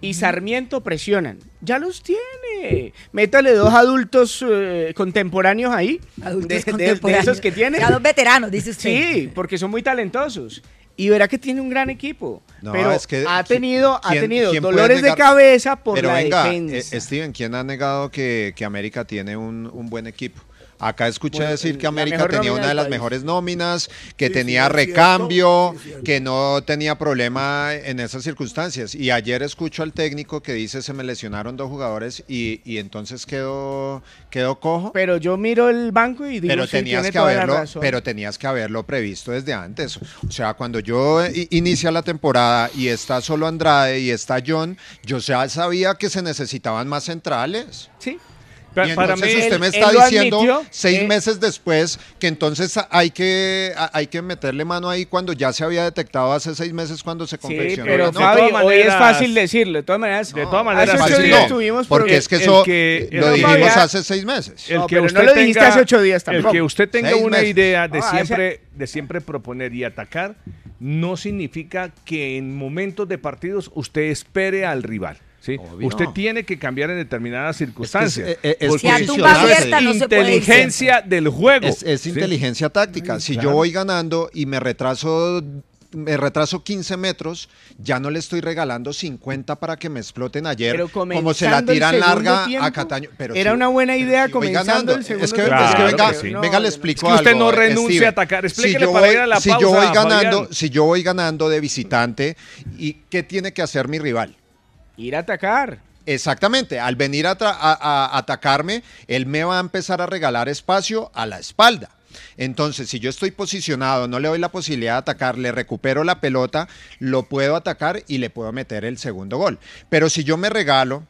y Sarmiento presionan. Ya los tiene. Métale dos adultos eh, contemporáneos ahí.
Adultos
de- de- de,
contemporáneos.
esos que tiene.
Ya dos veteranos, dice usted.
Sí, porque son muy talentosos. Y verá que tiene un gran equipo.
No,
pero
es que
ha
qui-
tenido, ha
¿quién-
tenido
quién puede
dolores de
negar-
cabeza por
Pero
la
venga,
defensa.
eh, Steven, ¿quién ha negado que, que América tiene un, un buen equipo? Acá escuché
Bueno,
decir que
la
América
mejor
tenía
nómina
una de
del
las
país.
mejores nóminas, que
Sí,
tenía
sí, es cierto,
recambio, que no tenía problema en esas circunstancias. Y ayer escucho al técnico que dice se me lesionaron dos jugadores y, y entonces quedó, quedó cojo.
Pero yo miro el banco y digo,
Pero
sí,
tenías,
tiene
que
toda la
haberlo,
razón.
pero tenías que haberlo previsto desde antes. O sea, cuando yo eh, i- inicia la temporada y está solo Andrade y está John, yo ya sabía que se necesitaban más centrales.
Sí.
Y
Pa- para
entonces
mí-
usted me
Él-
está
él lo
diciendo
admitió,
seis
eh.
meses después que entonces a- hay que, a- hay que meterle mano ahí cuando ya se había detectado hace seis meses cuando se
Sí,
confeccionó.
pero
la nómina.
Fabi,
todas
hoy es
maneras-
fácil decirlo. De todas maneras,
De todas maneras,
hace ocho
fácil
días
no,
tuvimos
porque
pro-
es que
el
eso lo
el-
dijimos
Fabi,
hace seis meses.
El
No,
que
pero no
usted
lo dijiste hace ocho días
El
tampoco.
que usted tenga
Seis
una
meses.
idea de
No, a ese-
siempre, de siempre proponer y atacar, no significa que en momentos de partidos usted espere al rival. ¿sí?
Obvio.
Usted tiene que cambiar en determinadas circunstancias.
eh, eh, es
porque
Si a tumba
eso pues, es
abierta
no se puede ir
inteligencia del juego.
Es, es
¿sí?
inteligencia táctica. Si yo voy ganando y me retraso me retraso 15 metros, ya no le estoy regalando 50 para que me exploten ayer,
Pero
como se la
comenzando el
tiran
segundo
larga
tiempo,
a Cataño. Pero
Era
sí,
una buena idea
voy
comenzando
ganando.
el segundo
es que,
tiempo.
es que venga,
Claro que sí.
venga, le
No,
explico
Es que usted
algo,
no renuncia
Steven.
a atacar. Explíquele
si yo
para
voy,
ir a la
si yo
pausa,
voy
Fabián.
ganando, si yo voy ganando de visitante, ¿y qué tiene que hacer mi rival?
Ir a atacar.
Exactamente, al venir a, tra- a- a atacarme, él me va a empezar a regalar espacio a la espalda. Entonces, si yo estoy posicionado, no le doy la posibilidad de atacar, le recupero la pelota, lo puedo atacar y le puedo meter el segundo gol. Pero si yo me regalo,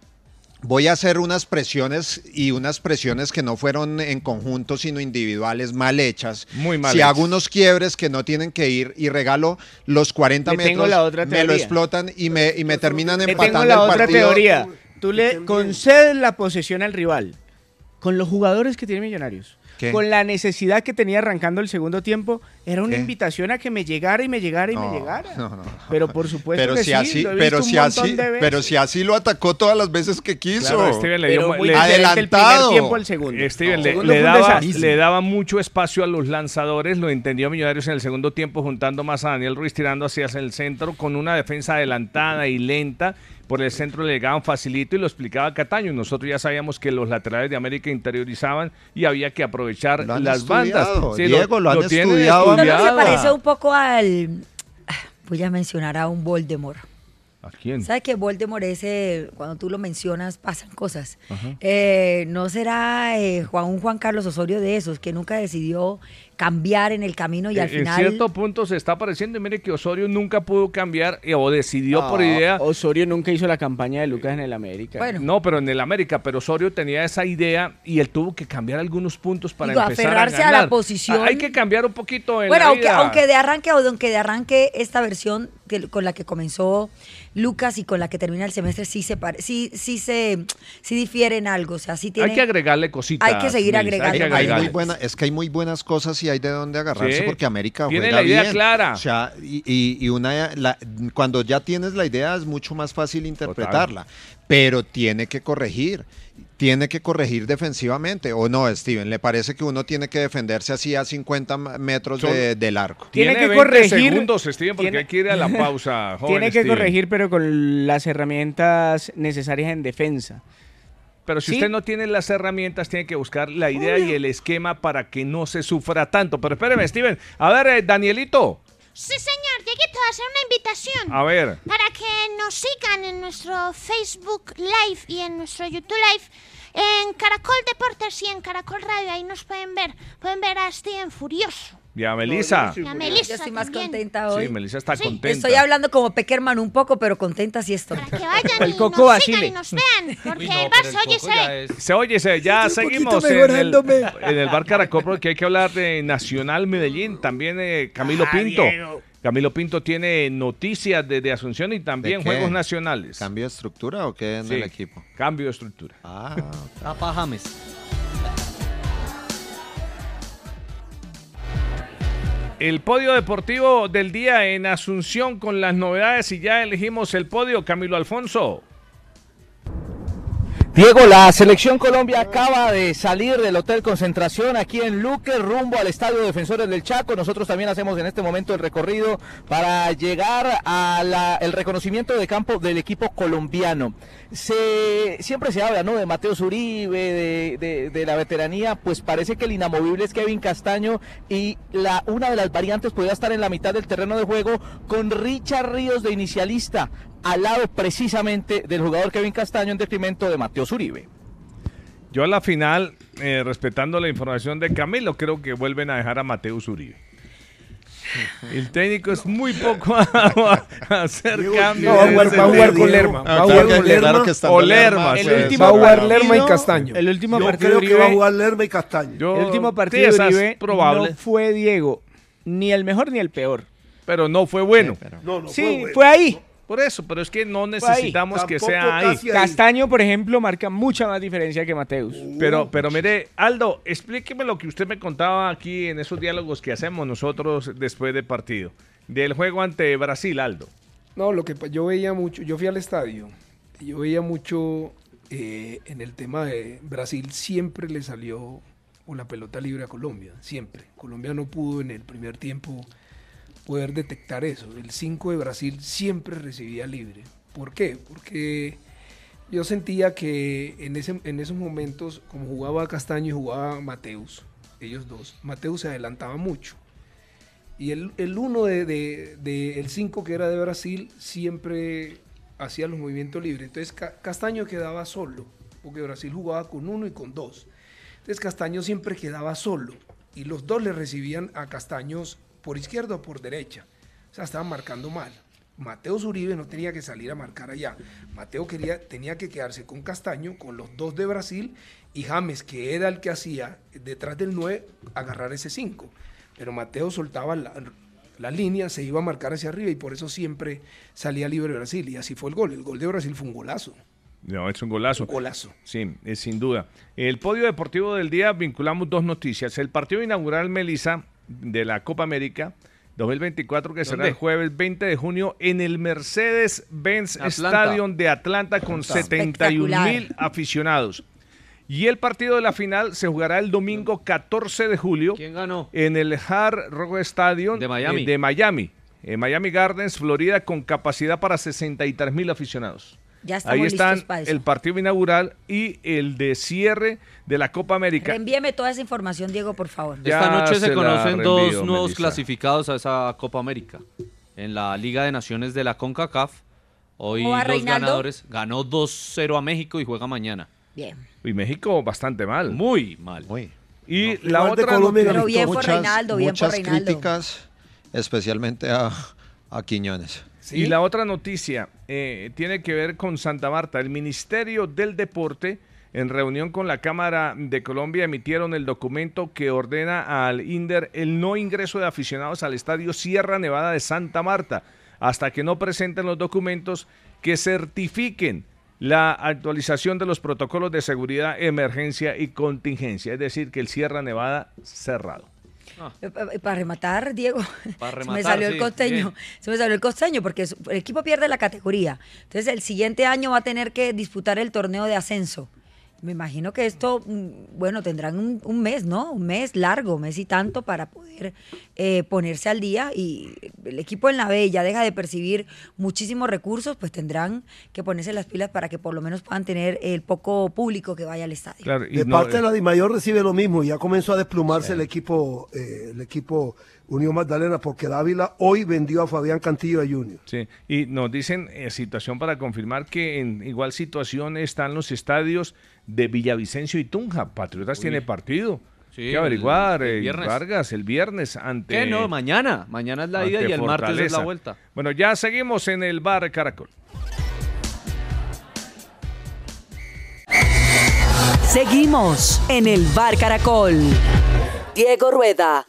voy a hacer unas presiones y unas presiones que no fueron en conjunto, sino individuales, mal hechas.
Muy mal
Si
hechas.
hago unos quiebres que no tienen que ir y regalo los 40
Le tengo
metros,
la otra
me lo
teoría.
explotan y me, y me terminan
Le Eh,
empatando
tengo la
el
otra
partido.
teoría. Tú le concedes la posesión al rival con los jugadores que tiene Millonarios.
¿Qué?
Con la necesidad que tenía arrancando el segundo tiempo, era una
¿Qué?
invitación a que me llegara y me llegara y me llegara.
No, no.
Pero por supuesto
Pero
que
si
sí,
así,
lo he visto
pero
un
si
montón
así,
de veces.
pero si así lo atacó todas las veces que quiso.
Claro, Steven le dio-
Pero muy
le- Eh,
diferente el primer
Adelantado.
tiempo al segundo.
Steven,
No.
le,
Segundo
le
fue un
daba,
desastre.
le daba mucho espacio a los lanzadores, lo entendió Millonarios en el segundo tiempo, juntando más a Daniel Ruiz, tirando hacia el centro, con una defensa adelantada y lenta. Por el centro le llegaban facilito y lo explicaba Cataño. Nosotros ya sabíamos que los laterales de América interiorizaban y había que aprovechar
Lo han
las bandas.
estudiado, Diego, lo han
tienen
estudiado.
¿No, no se
estudiado.
parece un poco al... ah, Voy a mencionar a un Voldemort.
¿A quién?
¿Sabes que Voldemort ese, cuando tú lo mencionas, pasan cosas?
Ajá.
Eh, ¿No será eh, Juan, un Juan Carlos Osorio de esos que nunca decidió cambiar en el camino y al
En-
final...
En Eh, cierto punto se está pareciendo y mire que Osorio nunca pudo cambiar eh, o decidió por
No,
idea
Osorio nunca hizo la campaña de Lucas en el América.
No, pero en el América, pero Osorio tenía esa idea y él tuvo que cambiar algunos puntos para
Digo,
empezar
aferrarse a
a,
la
ganar.
posición.
Hay que cambiar un poquito en
Bueno,
la
aunque,
vida.
aunque de arranque, aunque de arranque esta versión que, con la que comenzó Lucas y con la que termina el semestre sí se pare- sí, sí se sí difieren algo. O sea, sí tiene,
Hay que agregarle cositas.
Hay que seguir
Mills,
agregando.
Hay que
Hay
agregarle.
muy buena, es que hay muy buenas cosas y hay de dónde agarrarse
Sí.
porque América
Tiene
juega
la idea
bien.
clara.
O sea, y, y- y una, la- cuando ya tienes la idea es mucho más fácil interpretarla, pero tiene que corregir. Tiene que corregir defensivamente, o no, Steven. Le parece que uno tiene que defenderse así a 50 metros
Son-
de- del arco.
Tiene,
Tiene que
20
corregir-
segundos, Steven, porque
tiene-
hay que ir a la
<laughs>
pausa. joven
Tiene que
Steven.
corregir, pero con las herramientas necesarias en defensa.
Pero si
Sí.
usted no tiene las herramientas, tiene que buscar la idea y el esquema para que no se sufra tanto. Pero espéreme, Steven. A ver, eh, Danielito.
Sí, señor, Dieguito, hacer una invitación.
A ver.
Para que nos sigan en nuestro Facebook Live y en nuestro YouTube Live. En Caracol Deportes y en Caracol Radio, ahí nos pueden ver. Pueden ver a Steven Furioso.
Y a Melissa.
Y a Melissa
Yo estoy más
también.
contenta hoy.
Sí, Melissa está contenta.
Estoy hablando como Peckerman un poco, pero contenta sí estoy.
El
Coco
nos sigan
Basile.
y nos vean, porque el
pero
Barça, oye, se ve.
Se oye, se, ya seguimos en el,
mejorándome.
en el Bar Caracol porque hay que hablar de Nacional Medellín, también eh, Camilo
Ajá,
Pinto.
Diego.
Camilo Pinto tiene noticias de, de Asunción y también
¿De qué?
Juegos Nacionales.
¿Cambio de estructura o qué en
Sí,
el equipo?
Cambio de estructura.
Ah,
Tapa James.
El podio deportivo del día en Asunción con las novedades y ya elegimos el podio, Camilo Alfonso.
Diego, la selección Colombia acaba de salir del Hotel Concentración aquí en Luque, rumbo al Estadio Defensores del Chaco. Nosotros también hacemos en este momento el recorrido para llegar al reconocimiento de campo del equipo colombiano. Se, siempre se habla ¿no? de Mateo Zuribe, de, de- de la veteranía, pues parece que el inamovible es Kevin Castaño y la, una de las variantes podría estar en la mitad del terreno de juego con Richard Ríos de inicialista al lado precisamente del jugador Kevin Castaño en detrimento de Mateo Zuribe.
Yo a la final, eh, respetando la información de Camilo, creo que vuelven a dejar a Mateo Uribe. El técnico es muy poco a, a hacer cambios.
No, va a jugar-
en ese
va a jugar
sentido.
con Lerma,
Ah,
va a jugar con Lerma.
O Lerma.
El
sí,
último
exacto.
Va a jugar Lerma y Castaño.
El último
Yo
partido
creo
de
que va a
Uribe-
jugar Lerma y Castaño.
el último partido
esa
de
es
Uribe
probable.
no fue Diego, ni el mejor ni el peor.
Pero no fue bueno.
No, no,
sí,
fue
fue,
bueno.
ahí.
Por eso, pero es que
Fue
no
ahí.
necesitamos que sea ahí.
Castaño, por ejemplo, marca mucha más diferencia que Mateus.
Pero, pero mire, Aldo, explíqueme lo que usted me contaba aquí en esos diálogos que hacemos nosotros después del partido. Del juego ante Brasil, Aldo.
No, lo que pa- yo veía mucho, yo fui al estadio y yo veía mucho eh, en el tema de Brasil, siempre le salió o la pelota libre a Colombia, siempre. Colombia no pudo en el primer tiempo poder detectar eso. El 5 de Brasil siempre recibía libre. ¿Por qué? Porque yo sentía que en, ese, en esos momentos, como jugaba Castaño y jugaba Mateus, ellos dos, Mateus se adelantaba mucho. Y el, el uno de, de- de- el 5 que era de Brasil siempre hacía los movimientos libres. Entonces Ca- Castaño quedaba solo, porque Brasil jugaba con uno y con dos. Entonces Castaño siempre quedaba solo y los dos le recibían a Castaños por izquierda o por derecha. O sea, estaban marcando mal. Mateo Zuribe no tenía que salir a marcar allá. Mateo quería, tenía que quedarse con Castaño, con los dos de Brasil y James, que era el que hacía detrás del 9, agarrar ese 5. Pero Mateo soltaba la, la línea, se iba a marcar hacia arriba y por eso siempre salía libre Brasil. Y así fue el gol. El gol de Brasil fue un golazo.
No, es un golazo.
golazo.
Sí, es sin duda. El podio deportivo del día vinculamos dos noticias. El partido inaugural Melissa de la Copa América 2024 que será
¿Dónde?
el jueves 20 de junio en el Mercedes-Benz
Atlanta.
Stadium de Atlanta con
Atlanta.
71 mil
Espectacular.
aficionados. Y el partido de la final se jugará el domingo 14 de julio.
¿Quién ganó?
En el Hard Rock Stadium de
Miami.
de Miami. En Miami Gardens, Florida, con capacidad para 63 mil aficionados.
Ya estamos
Ahí
listos
están
para eso.
el partido inaugural y el de cierre de la Copa América.
Envíeme toda esa información, Diego, por favor.
Ya
Esta noche
se
se
la
conocen dos
reenvío,
nuevos
Melissa.
clasificados a esa Copa América. En la Liga de Naciones de la CONCACAF, hoy
¿Cómo va
los
Reinaldo?
ganadores ganó 2-0 a México y juega mañana.
Bien.
Y México bastante mal.
Muy mal.
Y
No,
la
igual de
otra
Colombia
noticia-
Pero bien por Reinaldo, bien por
muchas
Reinaldo.
críticas, especialmente a, a Quiñones.
Y la otra noticia eh, tiene que ver con Santa Marta. El Ministerio del Deporte, en reunión con la Cámara de Colombia, emitieron el documento que ordena al INDER el no ingreso de aficionados al estadio Sierra Nevada de Santa Marta hasta que no presenten los documentos que certifiquen la actualización de los protocolos de seguridad, emergencia y contingencia, es decir, que el Sierra Nevada cerrado.
Eh, pa- Para rematar, Diego,
<laughs> Para
se me
rematar,
salió
sí,
el costeño.
bien.
Se me salió el costeño porque su- el equipo pierde la categoría. Entonces, el siguiente año va a tener que disputar el torneo de ascenso. Me imagino que esto, mm, bueno, tendrán un, un mes, ¿no? Un mes largo, mes y tanto para poder eh, ponerse al día. Y el equipo en la B ya deja de percibir muchísimos recursos, pues tendrán que ponerse las pilas para que por lo menos puedan tener el poco público que vaya al estadio.
de
eh.
parte de la Dimayor recibe lo mismo. Ya comenzó a desplumarse el equipo eh, el equipo Unión Magdalena porque Dávila hoy vendió a Fabián Cantillo a Junior.
Sí, y nos dicen, eh, situación para confirmar que en igual situación están los estadios de Villavicencio y Tunja. Patriotas tiene partido.
Sí,
que averiguar,
el- el
eh,
viernes.
Vargas, el viernes ante...
¿Qué? No, mañana. Mañana es la ida
ante
y el martes es la
Fortaleza.
vuelta.
Bueno, ya seguimos en el bar Caracol.
Seguimos en el Bar Caracol. Diego Rueda,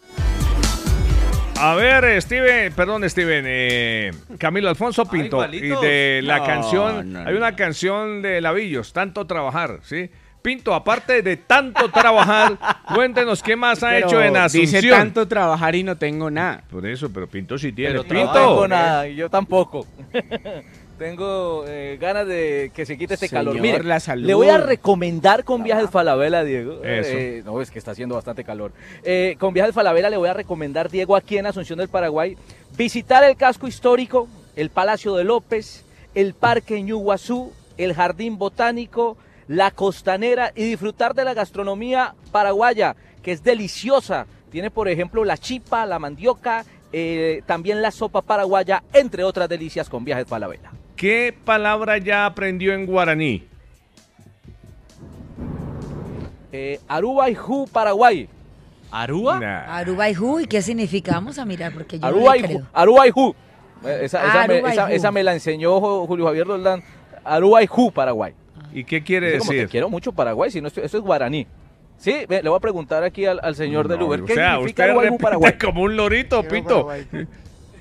A ver, eh, Steven, perdón, Steven, eh, Camilo Alfonso Pinto, y
Ah, igualitos.
de la
No,
canción,
no,
hay una canción de Lavillos, Tanto Trabajar, ¿sí? Pinto, aparte de tanto
<laughs>
trabajar, cuéntenos qué más ha
Pero
hecho en Asunción.
Dice tanto trabajar y no tengo nada.
Por eso, pero Pinto sí tiene.
Pero
Pinto.
trabajo
con nada, y yo tampoco. Tengo eh, ganas de que se quite este
Señor,
calor. Mire,
la salud. Ah.
le voy a recomendar con Viajes Falabella, Diego.
Eso.
Eh, no, es que está haciendo bastante calor. Eh, con Viajes Falabella le voy a recomendar, Diego, aquí en Asunción del Paraguay, visitar el casco histórico, el Palacio de López, el Parque Ñuguazú, el Jardín Botánico, la Costanera y disfrutar de la gastronomía paraguaya, que es deliciosa. Tiene, por ejemplo, la chipa, la mandioca, eh, también la sopa paraguaya, entre otras delicias con Viajes Falabella.
¿Qué palabra ya aprendió en guaraní?
Eh, Aruba y Ju, Paraguay.
¿Aruba?
Aruba y Ju, ¿y qué significamos a mirar? Porque yo no
Aruba
le
y Ju.
creo.
Aruba y Ju. Eh, Esa,
Ah,
esa me,
Aruba y
esa-
Ju.
esa me la enseñó Jo- Julio Javier Roldán. Aruba y Ju, Paraguay.
¿Y qué quiere
Como, te
decir?
quiero mucho Paraguay, si no estoy- eso es guaraní. Sí, ve, le voy a preguntar aquí al, al señor del
No,
Uber.
o
¿Qué
sea, usted
significa Aruba y Ju,
repite <laughs>
Paraguay?
como un lorito, Pinto. <laughs>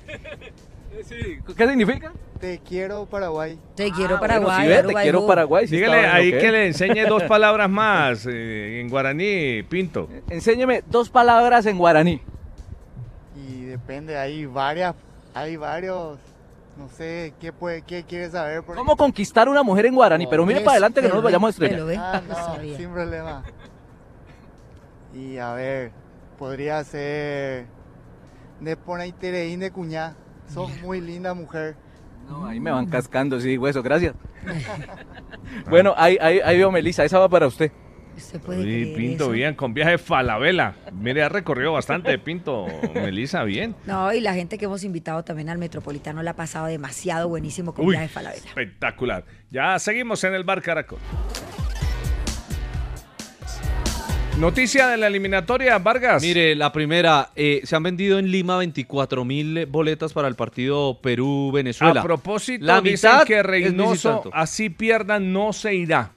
Eh,
¿Qué significa?
Te quiero Paraguay.
Te
Ah,
quiero Paraguay, si ve, te Paraguay, quiero Ju. Paraguay, si
Dígale
estaba
ahí
bueno, ¿qué?
que le
<laughs>
enseñe
<laughs>
dos palabras más eh, en guaraní, Pinto.
Eh, Enséñeme dos palabras en guaraní.
Y depende, hay varias, hay varios, no sé, ¿qué, puede, qué quieres saber? Por
¿Cómo conquistar una mujer en guaraní? Pero mire
Eso,
para adelante que no
Pues, pero
nos vayamos a
ve, pero
estrellar.
ve. Ah, no, sin problema. Y a ver, podría ser, de Ponaitereín de cuñá, sos muy linda mujer.
No, ahí me van cascando, sí,
<laughs>
hueso, gracias. bueno, ahí, ahí, ahí veo Melissa, esa va para usted.
Uy, Pinto, bien, con viaje Falabella. Mire, ha recorrido bastante, Pinto. Melissa, bien.
No, y la gente que hemos invitado también al Metropolitano la ha pasado demasiado buenísimo con
Uy,
Viajes Falabella.
espectacular. Ya seguimos en el Bar Caracol. Noticia de la eliminatoria, Vargas.
Mire, la primera, eh, se han vendido en Lima 24 mil boletas para el partido Perú-Venezuela.
A propósito,
la
dicen
mitad
que
es
Reynoso,
visitante.
así pierda, no se irá.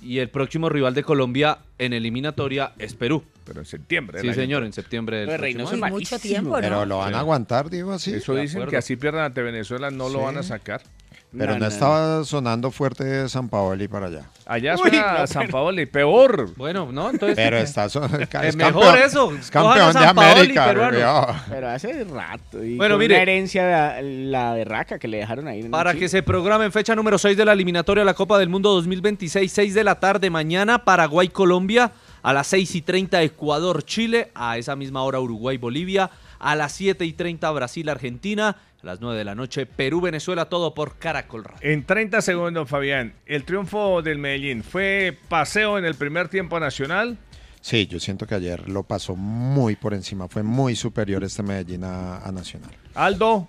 Y el próximo rival de Colombia en eliminatoria es Perú.
Pero en septiembre.
Sí,
del año
señor, en septiembre. del
Lo de
próximo
Reynoso
año.
es Uy, mucho malísimo. tiempo, ¿no?
Pero lo van a aguantar, digo así.
Eso dicen que así pierdan ante Venezuela, no lo
Sí.
van a sacar.
Pero no, estaba sonando fuerte San Paoli para allá.
Allá
Uy,
suena
no,
San
pero-
Paoli, peor.
Bueno, no, entonces.
Pero está son- es
mejor
campeón-
eso,
Es campeón de
cojan a San Paoli,
América.
peruano.
cuidado.
Pero hace rato. Y
Bueno,
con
mire.
una herencia la, la de Raca que le dejaron ahí. en
Para
Chile.
que se programe en fecha número 6 de la eliminatoria a la Copa del Mundo 2026, 6 de la tarde mañana, Paraguay-Colombia, a las 6 y 30 Ecuador-Chile, a esa misma hora Uruguay-Bolivia, a las 7 y 30 Brasil-Argentina, a las 9 de la noche Perú-Venezuela, todo por Caracol Radio.
En 30 segundos, Fabián, el triunfo del Medellín fue paseo en el primer tiempo nacional.
Sí, yo siento que ayer lo pasó muy por encima. Fue muy superior este Medellín a, a Nacional.
Aldo.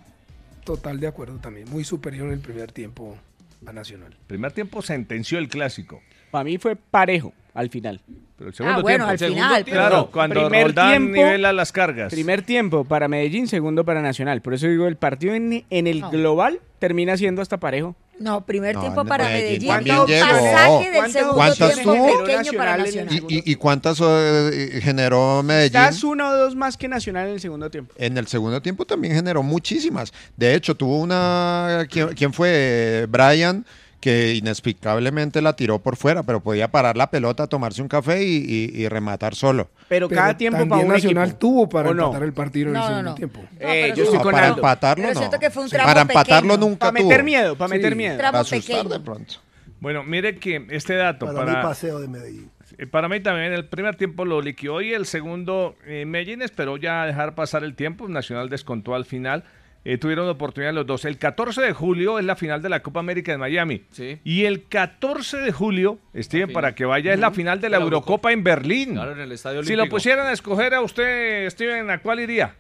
Total de acuerdo también. Muy superior en el primer tiempo a Nacional.
Primer tiempo sentenció el clásico.
Para mí fue parejo al final.
Pero el
segundo bueno, tiempo. al
Ah, Segundo
Ah,
final,
tiempo.
pero-
Claro, cuando
Primer
Roldán
tiempo-
nivela las cargas.
Primer tiempo para Medellín, segundo para Nacional. Por eso digo, el partido en, en el global termina siendo hasta parejo.
No, primer
No,
tiempo
no,
para
Medellín
Medellín.
también
Un
llegó.
pasaje del
¿Cuántas-
segundo
¿Cuántas
tiempo
tuvo?
pequeño para
Nacional en
Nacional.
el
¿Y, y- y cuántas eh, generó Medellín?
Estás uno o dos más que Nacional en el segundo tiempo.
En el segundo tiempo también generó muchísimas. De hecho, tuvo una. ¿Quién, quién fue? Brian, que inexplicablemente la tiró por fuera, pero podía parar la pelota, tomarse un café y, y- y rematar solo.
Pero, cada tiempo para un
Nacional
equipo.
tuvo para
¿O no?
empatar el partido en
No,
el
no,
segundo
no.
tiempo.
Eh, yo estoy
No,
con
para
Aldo.
empatarlo
Pero
no.
siento que fue un
Sí.
tramo
Para empatarlo
pequeño.
nunca
Para
tuvo.
meter miedo, para
Sí.
meter miedo.
Tramo
Para asustar
pequeño.
de pronto.
Bueno, mire que este dato
Para,
para,
mí, paseo de Medellín.
Eh, Para mí también el primer tiempo lo liquidó y el segundo eh, Medellín esperó ya dejar pasar el tiempo. Nacional descontó al final. Eh, tuvieron oportunidad los dos. El 14 de julio es la final de la Copa América de Miami.
Sí.
Y el 14 de julio, Steven,
final.
para que vaya, es la final de la, Eurocopa en Berlín.
Claro, en el Estadio
si
Olímpico.
lo pusieran a escoger a usted, Steven, ¿a cuál iría?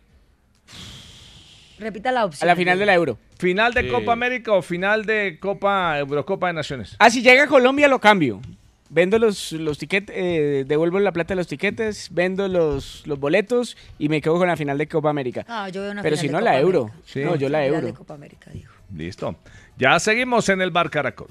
Repita la opción.
A la final de la Euro.
¿Final de
Sí.
Copa América o final de Copa Eurocopa de Naciones?
Ah, si llega a Colombia lo cambio. Vendo los, los tiquetes, eh, devuelvo la plata de los tiquetes, vendo los, los boletos y me quedo con la final de Copa América.
No, yo veo una
Pero
Ah, final
si
de
no,
Copa
la Euro.
América.
Sí.
No, yo la
Final
Euro.
de Copa América, dijo.
Listo. Ya seguimos en el Bar Caracol.